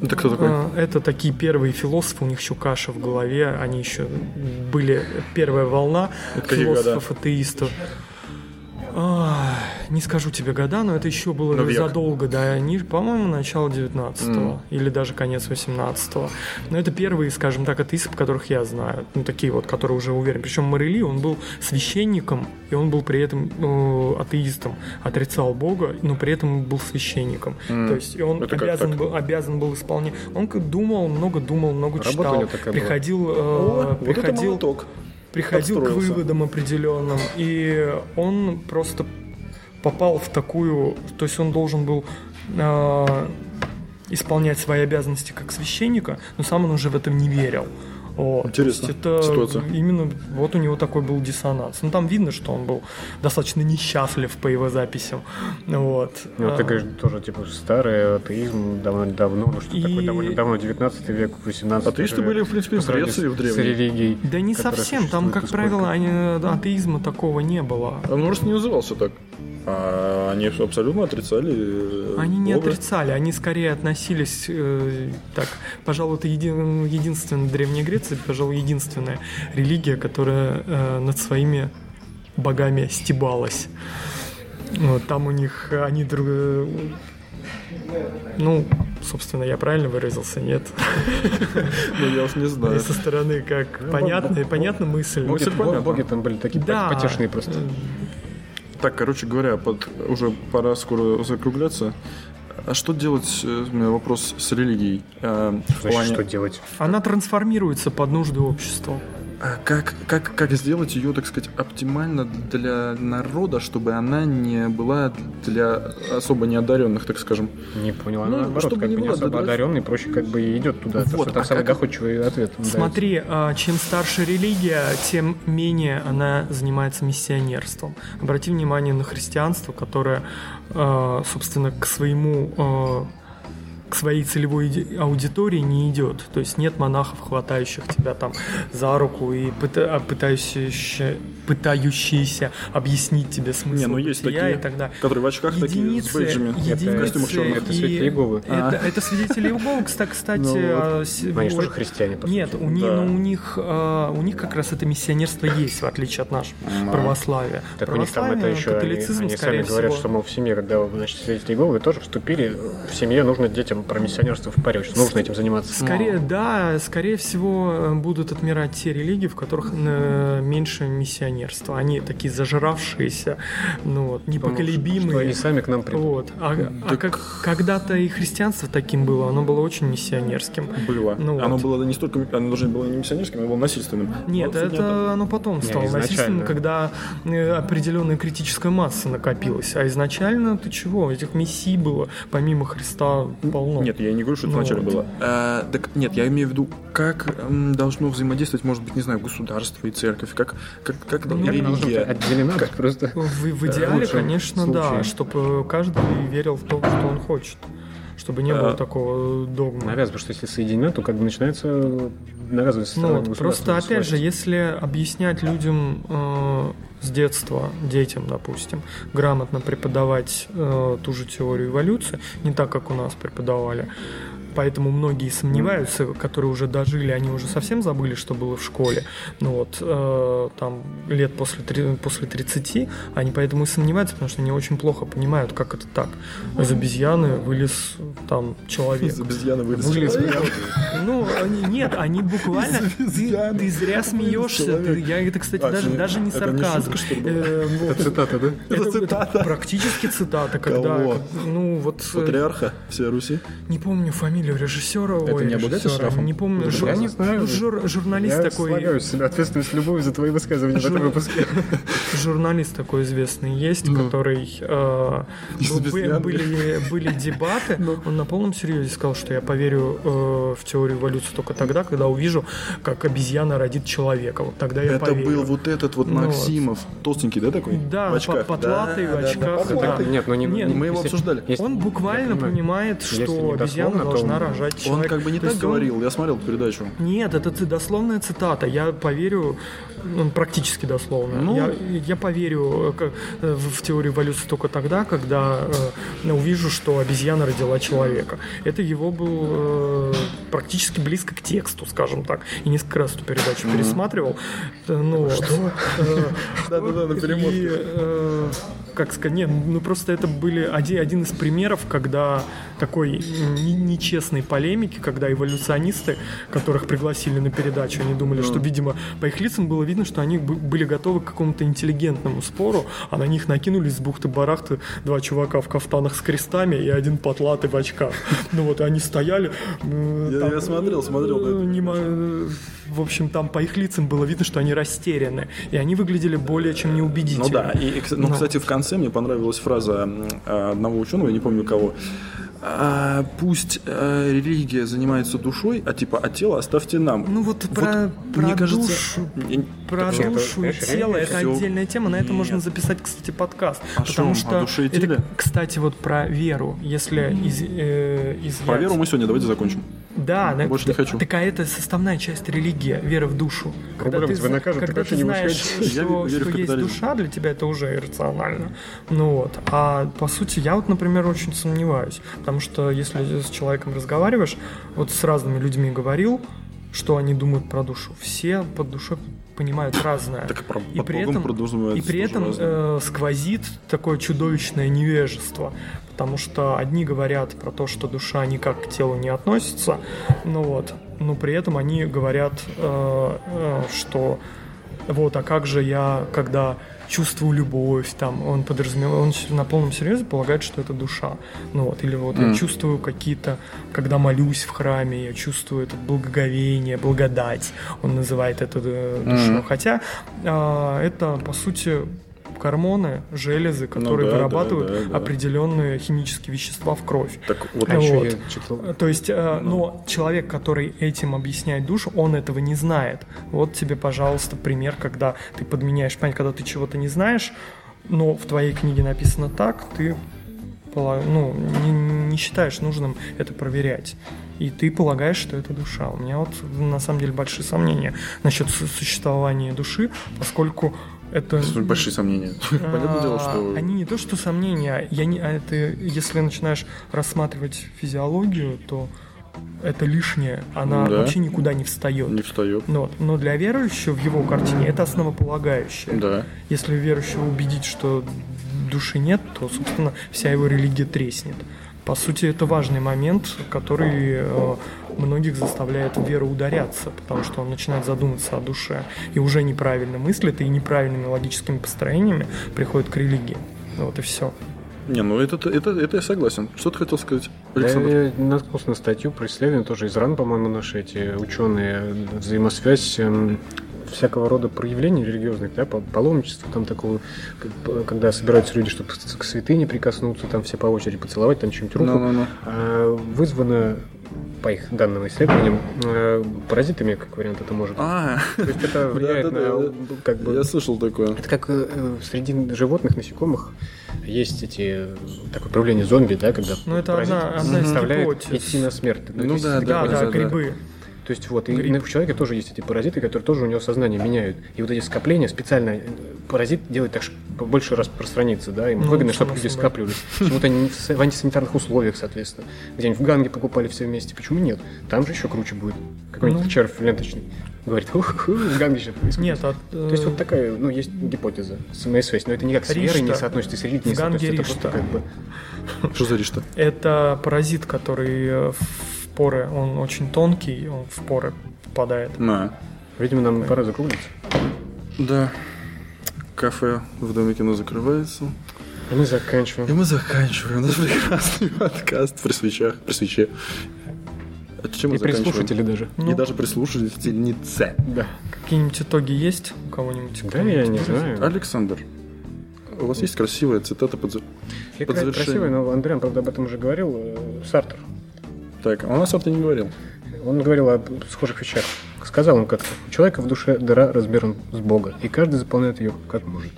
Speaker 1: Это Ну, кто такой?
Speaker 3: А, Это такие первые философы, у них еще каша в голове, они еще были первая волна
Speaker 1: Это какие
Speaker 3: философов-атеистов. А, не скажу тебе года, но это еще было
Speaker 1: Но век.
Speaker 3: задолго до они, по-моему, начало 19
Speaker 1: Мгм.
Speaker 3: или даже конец 18-го. Но это первые, скажем так, атеисты, которых я знаю. Ну, такие вот, которые уже уверен. Причем Морели, он был священником, и он был при этом ну, атеистом. Отрицал Бога, но при этом был священником.
Speaker 1: Мгм.
Speaker 3: То есть и он
Speaker 1: Это как
Speaker 3: обязан
Speaker 1: так?
Speaker 3: был, обязан был исполнять. Он как думал, много думал, много
Speaker 2: Работа у
Speaker 3: читал,
Speaker 2: него такая была.
Speaker 3: приходил, э, приходил, приходил к
Speaker 1: Подстроился.
Speaker 3: выводам определенным, и он просто попал в такую, то есть он должен был э, исполнять свои обязанности как священника, но сам он уже в этом не верил. Вот.
Speaker 1: Интересно.
Speaker 3: То есть это
Speaker 1: Ситуация.
Speaker 3: именно вот у него такой был диссонанс. Ну там видно, что он был достаточно несчастлив по его записям. Вот.
Speaker 2: Ну, вот ты
Speaker 3: А.
Speaker 2: говоришь, тоже, типа, старый атеизм давно-давно, ну что
Speaker 3: И-
Speaker 2: такое довольно давно, 19 век, 18
Speaker 1: Атеисты
Speaker 2: же,
Speaker 1: были, в принципе,
Speaker 2: по
Speaker 1: в
Speaker 2: сравнению
Speaker 1: Греции
Speaker 2: с-
Speaker 1: в древней.
Speaker 2: С религией.
Speaker 3: Да не
Speaker 2: которая
Speaker 3: совсем, там,
Speaker 2: существует и
Speaker 3: как
Speaker 2: сколько.
Speaker 3: правило, они- э, атеизма такого не было.
Speaker 1: Он, может, не назывался так. А они абсолютно отрицали. э,
Speaker 3: Они не
Speaker 1: Бога.
Speaker 3: отрицали, они скорее относились э, так. Пожалуй, это един- единственная Древняя Греция, это, пожалуй, единственная религия, которая э, над своими богами стебалась. Вот, там у них э, они друг... э, Ну, собственно, я правильно выразился, нет?
Speaker 1: Ну, я уж не
Speaker 3: И
Speaker 1: знаю.
Speaker 3: со стороны
Speaker 2: Ну,
Speaker 3: как понятно, понятна мысль.
Speaker 2: Боги,
Speaker 1: Мысль понятна.
Speaker 2: боги там были такие
Speaker 3: Да.
Speaker 2: потешные просто.
Speaker 1: Так, короче говоря, под, уже пора скоро закругляться. А что делать, э, у меня вопрос с религией? Э, в
Speaker 2: Значит,
Speaker 1: плане,
Speaker 2: что делать?
Speaker 3: Она трансформируется под нужды общества.
Speaker 1: а как, как, как сделать ее, так сказать, оптимально для народа, чтобы она не была для особо неодаренных, так скажем?
Speaker 2: Не понял.
Speaker 1: Ну,
Speaker 2: Ну, наоборот,
Speaker 1: чтобы
Speaker 2: как
Speaker 1: не
Speaker 2: бы не
Speaker 1: было
Speaker 2: особо
Speaker 1: добра-
Speaker 2: одаренный, проще как бы и идет туда. потому
Speaker 1: Вот,
Speaker 2: что там
Speaker 1: а
Speaker 2: самый
Speaker 1: как-
Speaker 2: доходчивый ответ. дается.
Speaker 3: Смотри, а, чем старше религия, тем менее она занимается миссионерством. Обрати а, внимание на христианство, которое, э, собственно, к своему э, к своей целевой иде- аудитории не идет. То есть нет монахов, хватающих тебя там за руку и пыта- а пытающие- пытающиеся объяснить тебе смысл
Speaker 1: Не, ну есть
Speaker 3: бытия
Speaker 1: такие,
Speaker 3: и так далее.
Speaker 1: которые в очках такие, с
Speaker 3: Единицы,
Speaker 1: бейджами,
Speaker 2: единицы.
Speaker 1: в костюмах черных.
Speaker 2: Это свидетели Иеговы.
Speaker 3: Это, это свидетели Иеговы, кста- кстати.
Speaker 1: А. Ну вот.
Speaker 3: а, с-
Speaker 2: Они же
Speaker 3: вот-
Speaker 2: тоже христиане, по
Speaker 3: Нет,
Speaker 2: сути.
Speaker 3: у, ни-
Speaker 1: Да.
Speaker 3: ну, у них а, у них как раз это миссионерство есть, в отличие от нашего
Speaker 2: М.
Speaker 3: православия.
Speaker 2: Так у них там это
Speaker 3: Православие,
Speaker 2: еще они,
Speaker 3: католицизм,
Speaker 2: они
Speaker 3: скорее
Speaker 2: сами говорят,
Speaker 3: всего.
Speaker 2: что мол в семье, когда вы, значит, свидетели Иеговы, вы тоже вступили в семье, нужно детям про миссионерство впаривать, что нужно этим заниматься. Ну,
Speaker 3: Скорее, да, скорее всего, э, будут отмирать те религии, в которых э, меньше миссионерства. Они такие зажравшиеся, ну вот,
Speaker 2: Что
Speaker 3: непоколебимые.
Speaker 2: они сами к нам придут.
Speaker 3: Вот. А, а как, когда-то и христианство таким было, оно было очень миссионерским.
Speaker 1: Было.
Speaker 3: Ну
Speaker 1: оно
Speaker 3: вот.
Speaker 1: было не столько, оно даже было не миссионерским, оно было насильственным. Ну,
Speaker 3: Нет,
Speaker 1: Вот
Speaker 3: это оно потом стало
Speaker 2: изначально.
Speaker 3: насильственным, когда э, определенная критическая масса накопилась. А изначально ты чего? Этих мессий было помимо Христа полно.
Speaker 1: Нет, я не говорю, что это
Speaker 3: Ну
Speaker 1: вначале
Speaker 3: вот.
Speaker 1: было. А, так нет, я имею в виду, как м, должно взаимодействовать, может быть, не знаю, государство и церковь, как, как, как
Speaker 3: Ну,
Speaker 2: Как нам нужно
Speaker 1: религия.
Speaker 2: отделена быть просто.
Speaker 3: В, в идеале,
Speaker 2: лучшем
Speaker 3: конечно, да,
Speaker 2: случае.
Speaker 3: чтобы каждый верил в то, что он хочет. Чтобы не
Speaker 1: А.
Speaker 3: было такого э, догма.
Speaker 2: Навязываю, что если соединено, то как бы начинается навязывать со
Speaker 3: Ну
Speaker 2: стороны
Speaker 3: вот,
Speaker 2: государства,
Speaker 3: просто опять же,
Speaker 2: власти.
Speaker 3: если объяснять людям э, с детства, детям, допустим, грамотно преподавать э, ту же теорию эволюции, не так, как у нас преподавали, поэтому многие сомневаются, которые уже дожили, они уже совсем забыли, что было в школе, ну вот, э, там, лет после, три- после 30, они поэтому и сомневаются, потому что они очень плохо понимают, как это так. Из обезьяны вылез, там, человек.
Speaker 1: Из обезьяны вылез.
Speaker 2: Вылез,
Speaker 1: человек.
Speaker 3: Ну, они, нет, они буквально... Ты,
Speaker 1: обезьяны.
Speaker 3: ты зря смеешься. ты- я это, кстати,
Speaker 1: А,
Speaker 3: даже,
Speaker 1: это не-
Speaker 3: даже не
Speaker 1: это не
Speaker 3: сарказм.
Speaker 1: шутка, что ли, была?
Speaker 3: Э, вот.
Speaker 2: Это цитата, да?
Speaker 1: Это
Speaker 3: Это-
Speaker 1: цитата.
Speaker 3: это практически цитата, когда...
Speaker 1: Кого?
Speaker 3: как- Ну, вот... э,
Speaker 1: Патриарха всей Руси.
Speaker 3: Не помню фамилию режиссера.
Speaker 1: Это
Speaker 3: ой,
Speaker 1: не облагается
Speaker 3: режиссера,
Speaker 1: штрафом?
Speaker 3: Не помню.
Speaker 1: Это
Speaker 3: жур-
Speaker 1: правда?
Speaker 2: Я не знаю.
Speaker 3: жур- журналист
Speaker 2: Я
Speaker 3: такой...
Speaker 2: слагаю с себя ответственность любую за твои высказывания в этом
Speaker 3: Жу-
Speaker 2: выпуске.
Speaker 3: Журналист такой известный есть,
Speaker 1: Ну.
Speaker 3: который э,
Speaker 1: Из
Speaker 3: был- бы-
Speaker 1: обезьян.
Speaker 3: были, были дебаты.
Speaker 1: Ну.
Speaker 3: Он на полном серьезе сказал, что я поверю э, в теорию эволюции только тогда, когда увижу, как обезьяна родит человека. Вот тогда я
Speaker 1: Это
Speaker 3: поверю.
Speaker 1: был вот этот вот
Speaker 3: Ну вот.
Speaker 1: Максимов, толстенький, да, такой?
Speaker 3: Да,
Speaker 1: в очках.
Speaker 3: по- потлатый,
Speaker 1: Да,
Speaker 3: в
Speaker 1: да, да,
Speaker 3: очках,
Speaker 1: потлатый.
Speaker 3: да.
Speaker 2: Нет, ну не...
Speaker 3: Нет,
Speaker 2: не-
Speaker 1: Мы его
Speaker 2: если-
Speaker 1: обсуждали.
Speaker 2: если-
Speaker 3: Он буквально
Speaker 2: я понимаю.
Speaker 3: понимает,
Speaker 2: Если
Speaker 3: что
Speaker 2: не дословно,
Speaker 3: обезьяна
Speaker 2: то
Speaker 3: должна
Speaker 2: он-
Speaker 3: рожать
Speaker 1: Он
Speaker 3: человека.
Speaker 1: как бы не
Speaker 3: То
Speaker 1: так
Speaker 3: есть он-
Speaker 1: говорил, я смотрел эту передачу.
Speaker 3: Нет, это ц- дословная цитата. Я поверю, ну, практически дословно.
Speaker 1: Ну.
Speaker 3: Я, я поверю э, к- э, в в теорию эволюции только тогда, когда э, увижу, что обезьяна родила человека. Это его был э, практически близко к тексту, скажем так. И несколько раз эту передачу пересматривал. Э, Ну, что?
Speaker 1: Да-да-да, на перемотке.
Speaker 3: И, э, как сказать, нет, ну просто это были оди- один из примеров, когда такой не- нечестной полемики, когда эволюционисты, которых пригласили на передачу, они думали, что, видимо, по их лицам было видно, что они бы- были готовы к какому-то интеллигентному спору, а на них накинулись с бухты-барахты два чувака в кафтанах с крестами и один потлатый в очках. Ну вот, и они стояли... э,
Speaker 1: Я-
Speaker 3: там,
Speaker 1: я смотрел, смотрел на
Speaker 3: э,
Speaker 1: это.
Speaker 3: не мо- э, в общем, там по их лицам было видно, что они растеряны. И они выглядели более чем неубедительно.
Speaker 1: Ну да, и, и, кс- ну,
Speaker 3: Но.
Speaker 1: кстати, в конце мне понравилась фраза м, а, одного ученого, я не помню кого. А, пусть а, религия занимается душой, а типа, а тело оставьте нам.
Speaker 3: Ну вот про, про
Speaker 1: мне кажется,
Speaker 3: душу,
Speaker 1: м,
Speaker 3: про
Speaker 2: Нет,
Speaker 3: душу и
Speaker 2: это-
Speaker 3: тело это
Speaker 1: всё.
Speaker 3: отдельная тема, на это можно
Speaker 1: Нет.
Speaker 3: записать, кстати, подкаст.
Speaker 1: А
Speaker 3: потому
Speaker 1: что,
Speaker 3: что
Speaker 1: о душе и
Speaker 3: это,
Speaker 1: теле?
Speaker 3: кстати, вот про веру, если из, э, изъять-
Speaker 1: про веру мы сегодня давайте закончим.
Speaker 3: Да, да,
Speaker 1: больше не хочу.
Speaker 3: Так а это составная часть религии, вера в душу. Когда
Speaker 2: Рублем
Speaker 3: ты,
Speaker 2: тебя
Speaker 3: зна-
Speaker 2: накажут,
Speaker 3: когда
Speaker 2: так
Speaker 3: ты
Speaker 2: вообще не будешь
Speaker 3: знаешь,
Speaker 1: ходить. Я верю
Speaker 3: что,
Speaker 1: в
Speaker 3: что есть
Speaker 1: капитализм.
Speaker 3: душа, для тебя это уже иррационально. Ну вот. А по сути, я вот, например, очень сомневаюсь. Потому что если с человеком разговариваешь, вот с разными людьми говорил, что они думают про душу. Все под душой понимают разное.
Speaker 1: Так и про-
Speaker 3: и
Speaker 1: под
Speaker 3: при
Speaker 1: Богом
Speaker 3: этом, и
Speaker 1: подразумевается
Speaker 3: при
Speaker 1: тоже
Speaker 3: этом
Speaker 1: разное.
Speaker 3: э, сквозит такое чудовищное невежество. Потому что одни говорят про то, что душа никак к телу не относится, ну вот, но при этом они говорят, э, э, что вот, а как же я, когда чувствую любовь, там, он подразумевает, он с- на полном серьезе полагает, что это душа, ну вот, или вот я чувствую какие-то, когда молюсь в храме, я чувствую это благоговение, благодать, он называет это э, душой, хотя а, это, по сути, гормоны, железы, которые
Speaker 1: Ну да, да,
Speaker 3: вырабатывают
Speaker 1: да, да.
Speaker 3: определенные химические вещества в кровь.
Speaker 1: Так вот,
Speaker 2: А еще
Speaker 3: Вот.
Speaker 2: я читал
Speaker 3: То есть, э,
Speaker 1: Ну.
Speaker 3: но человек, который этим объясняет душу, он этого не знает. Вот тебе, пожалуйста, пример, когда ты подменяешь понятие, когда ты чего-то не знаешь, но в твоей книге написано так, ты пола- ну, не, не считаешь нужным это проверять. И ты полагаешь, что это душа. У меня вот на самом деле большие сомнения насчет су- существования души, поскольку это...
Speaker 1: Тут Большие сомнения. Понятное дело, что...
Speaker 3: А, Они не то, что сомнения, я не, а это, если начинаешь рассматривать физиологию, то это лишнее,
Speaker 1: Ну
Speaker 3: она
Speaker 1: Да. Ну.
Speaker 3: вообще никуда не встает.
Speaker 1: Не встает.
Speaker 3: Но, но для верующего в его картине это основополагающее.
Speaker 1: Да.
Speaker 3: Если верующего убедить, что души нет, то, собственно, вся его религия треснет. По сути, это важный момент, который э, многих заставляет веру ударяться, потому что он начинает задуматься о душе и уже неправильно мыслит, и неправильными логическими построениями приходит к религии. Вот и все.
Speaker 1: Не, ну это, это, это я согласен. Что ты хотел сказать, Александр?
Speaker 2: Я, я наткнулся на статью про исследование тоже из РАН, по-моему, наши эти ученые, взаимосвязь эм, всякого рода проявлений религиозных, да, по- паломничества, там такого, как бы, когда собираются люди, чтобы к святыне прикоснуться, там все по очереди поцеловать, там чем-нибудь руку.
Speaker 1: Ну-ну-ну.
Speaker 2: А, вызвано, по их данным исследованиям, э, паразитами, как вариант, это может быть.
Speaker 1: А,
Speaker 2: То есть это влияет
Speaker 1: да-да-да,
Speaker 2: на,
Speaker 1: да.
Speaker 2: как бы...
Speaker 1: я слышал такое.
Speaker 2: Это как э, э, среди животных, насекомых есть эти э, такое проявление зомби, да, когда
Speaker 3: Ну, это
Speaker 2: паразит
Speaker 3: одна- одна из
Speaker 2: заставляет
Speaker 3: гипотез.
Speaker 2: идти на смерть.
Speaker 1: Ну
Speaker 2: то есть
Speaker 1: да,
Speaker 2: это
Speaker 1: да,
Speaker 3: Да,
Speaker 2: такое-
Speaker 3: да,
Speaker 1: да.
Speaker 3: грибы.
Speaker 2: То есть вот, и
Speaker 3: Гриб.
Speaker 2: на- у человека тоже есть эти паразиты, которые тоже у него сознание меняют. И вот эти скопления специально э, паразит делает так, чтобы больше распространиться, да, им
Speaker 3: Ну,
Speaker 2: выгодно, чтобы
Speaker 3: само
Speaker 2: люди
Speaker 3: собой.
Speaker 2: скапливались. Почему-то они не в, с- в антисанитарных условиях, соответственно. Где-нибудь в Ганге покупали все вместе, почему нет? Там же еще круче будет. Какой-нибудь
Speaker 3: Ну.
Speaker 2: червь ленточный говорит, «Ху-ху-ху, в Ганге сейчас происходит».
Speaker 3: Нет, от, э,
Speaker 2: То есть вот такая, ну, есть гипотеза, связь, но это никак с верой не
Speaker 3: Ришта.
Speaker 2: соотносится, и с религией не
Speaker 3: В Ганге
Speaker 2: соотносится, это просто
Speaker 3: Ришта.
Speaker 2: как бы...
Speaker 1: Что за речь-то?
Speaker 3: Это паразит, который э, в поры, он очень тонкий, он в поры попадает.
Speaker 1: На.
Speaker 2: Видимо, нам пора закруглиться.
Speaker 1: Да. Кафе в Доме кино закрывается.
Speaker 2: И мы
Speaker 1: И
Speaker 2: заканчиваем.
Speaker 1: мы заканчиваем наш прекрасный подкаст при свечах, при свече. А чем мы
Speaker 2: И
Speaker 1: заканчиваем?
Speaker 2: прислушатели даже.
Speaker 1: И
Speaker 3: Ну.
Speaker 1: даже прислушательнице.
Speaker 2: Да.
Speaker 3: Какие-нибудь итоги есть у кого-нибудь?
Speaker 2: Да, я не знаю.
Speaker 1: Александр, у вас есть красивая цитата под... за-
Speaker 2: Я
Speaker 1: под
Speaker 2: красивый,
Speaker 1: завершение.
Speaker 2: но Андриан, правда, об этом уже говорил, э, Сартер.
Speaker 1: Так, а у нас автор не говорил.
Speaker 2: Он говорил о схожих вещах. Сказал он как-то, у человека в душе дыра размером с Бога, и каждый заполняет ее как может.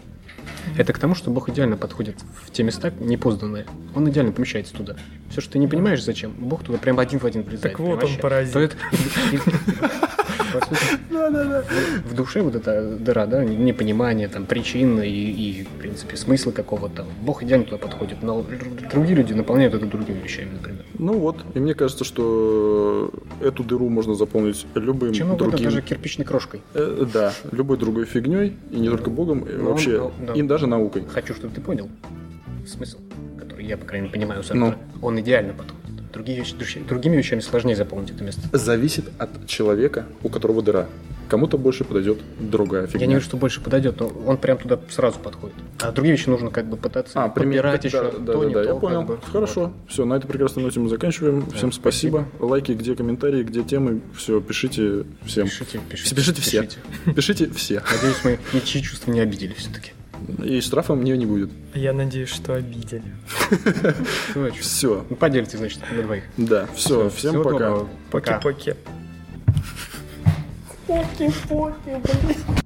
Speaker 2: Это к тому, что Бог идеально подходит в те места непознанные. Он идеально помещается туда. Все, что ты не понимаешь, зачем, Бог туда прям один в один влезает.
Speaker 3: Так
Speaker 2: прям
Speaker 3: вот он
Speaker 2: вообще.
Speaker 3: паразит.
Speaker 2: То это- Послушай, В душе вот эта дыра, да, непонимание там причин и, и, в принципе, смысла какого-то. Бог идеально туда подходит, но другие люди наполняют это другими вещами, например.
Speaker 1: Ну вот, и мне кажется, что эту дыру можно заполнить любым
Speaker 2: Чем угодно,
Speaker 1: другим.
Speaker 2: даже кирпичной крошкой.
Speaker 1: Э, да, любой другой фигней, и не только Богом, и
Speaker 2: Ну,
Speaker 1: вообще,
Speaker 2: ну, да.
Speaker 1: им даже наукой.
Speaker 2: Хочу, чтобы ты понял смысл, который я, по крайней мере, понимаю у
Speaker 1: Ну.
Speaker 2: Сартра. Он идеально подходит. Другие вещи- друщи- другими вещами сложнее заполнить это место.
Speaker 1: Зависит от человека, у которого дыра. Кому-то больше подойдет другая фигня.
Speaker 2: Я не говорю, что больше подойдет, но он прям туда сразу подходит. А другие вещи нужно как бы пытаться
Speaker 1: А, пример.
Speaker 2: подбирать
Speaker 1: да,
Speaker 2: еще
Speaker 1: да,
Speaker 2: то,
Speaker 1: да,
Speaker 2: не
Speaker 1: да,
Speaker 2: то,
Speaker 1: я
Speaker 2: как
Speaker 1: понял.
Speaker 2: бы.
Speaker 1: Хорошо. Все, на этой прекрасной ноте мы заканчиваем. Всем спасибо. Лайки, где комментарии, где темы. Все, пишите всем.
Speaker 2: Пишите, пишите.
Speaker 1: Пишите все. Пишите все.
Speaker 2: Надеюсь, мы ничьи чувства не обидели все-таки.
Speaker 1: И штрафа мне не будет.
Speaker 3: Я надеюсь, что обидели.
Speaker 1: Все.
Speaker 2: Ну, поделите, значит, на двоих.
Speaker 1: Да, все. Всем
Speaker 2: Всего
Speaker 1: пока.
Speaker 2: доброго. Пока.
Speaker 3: Поки-поки.
Speaker 4: Поки-поки, блин.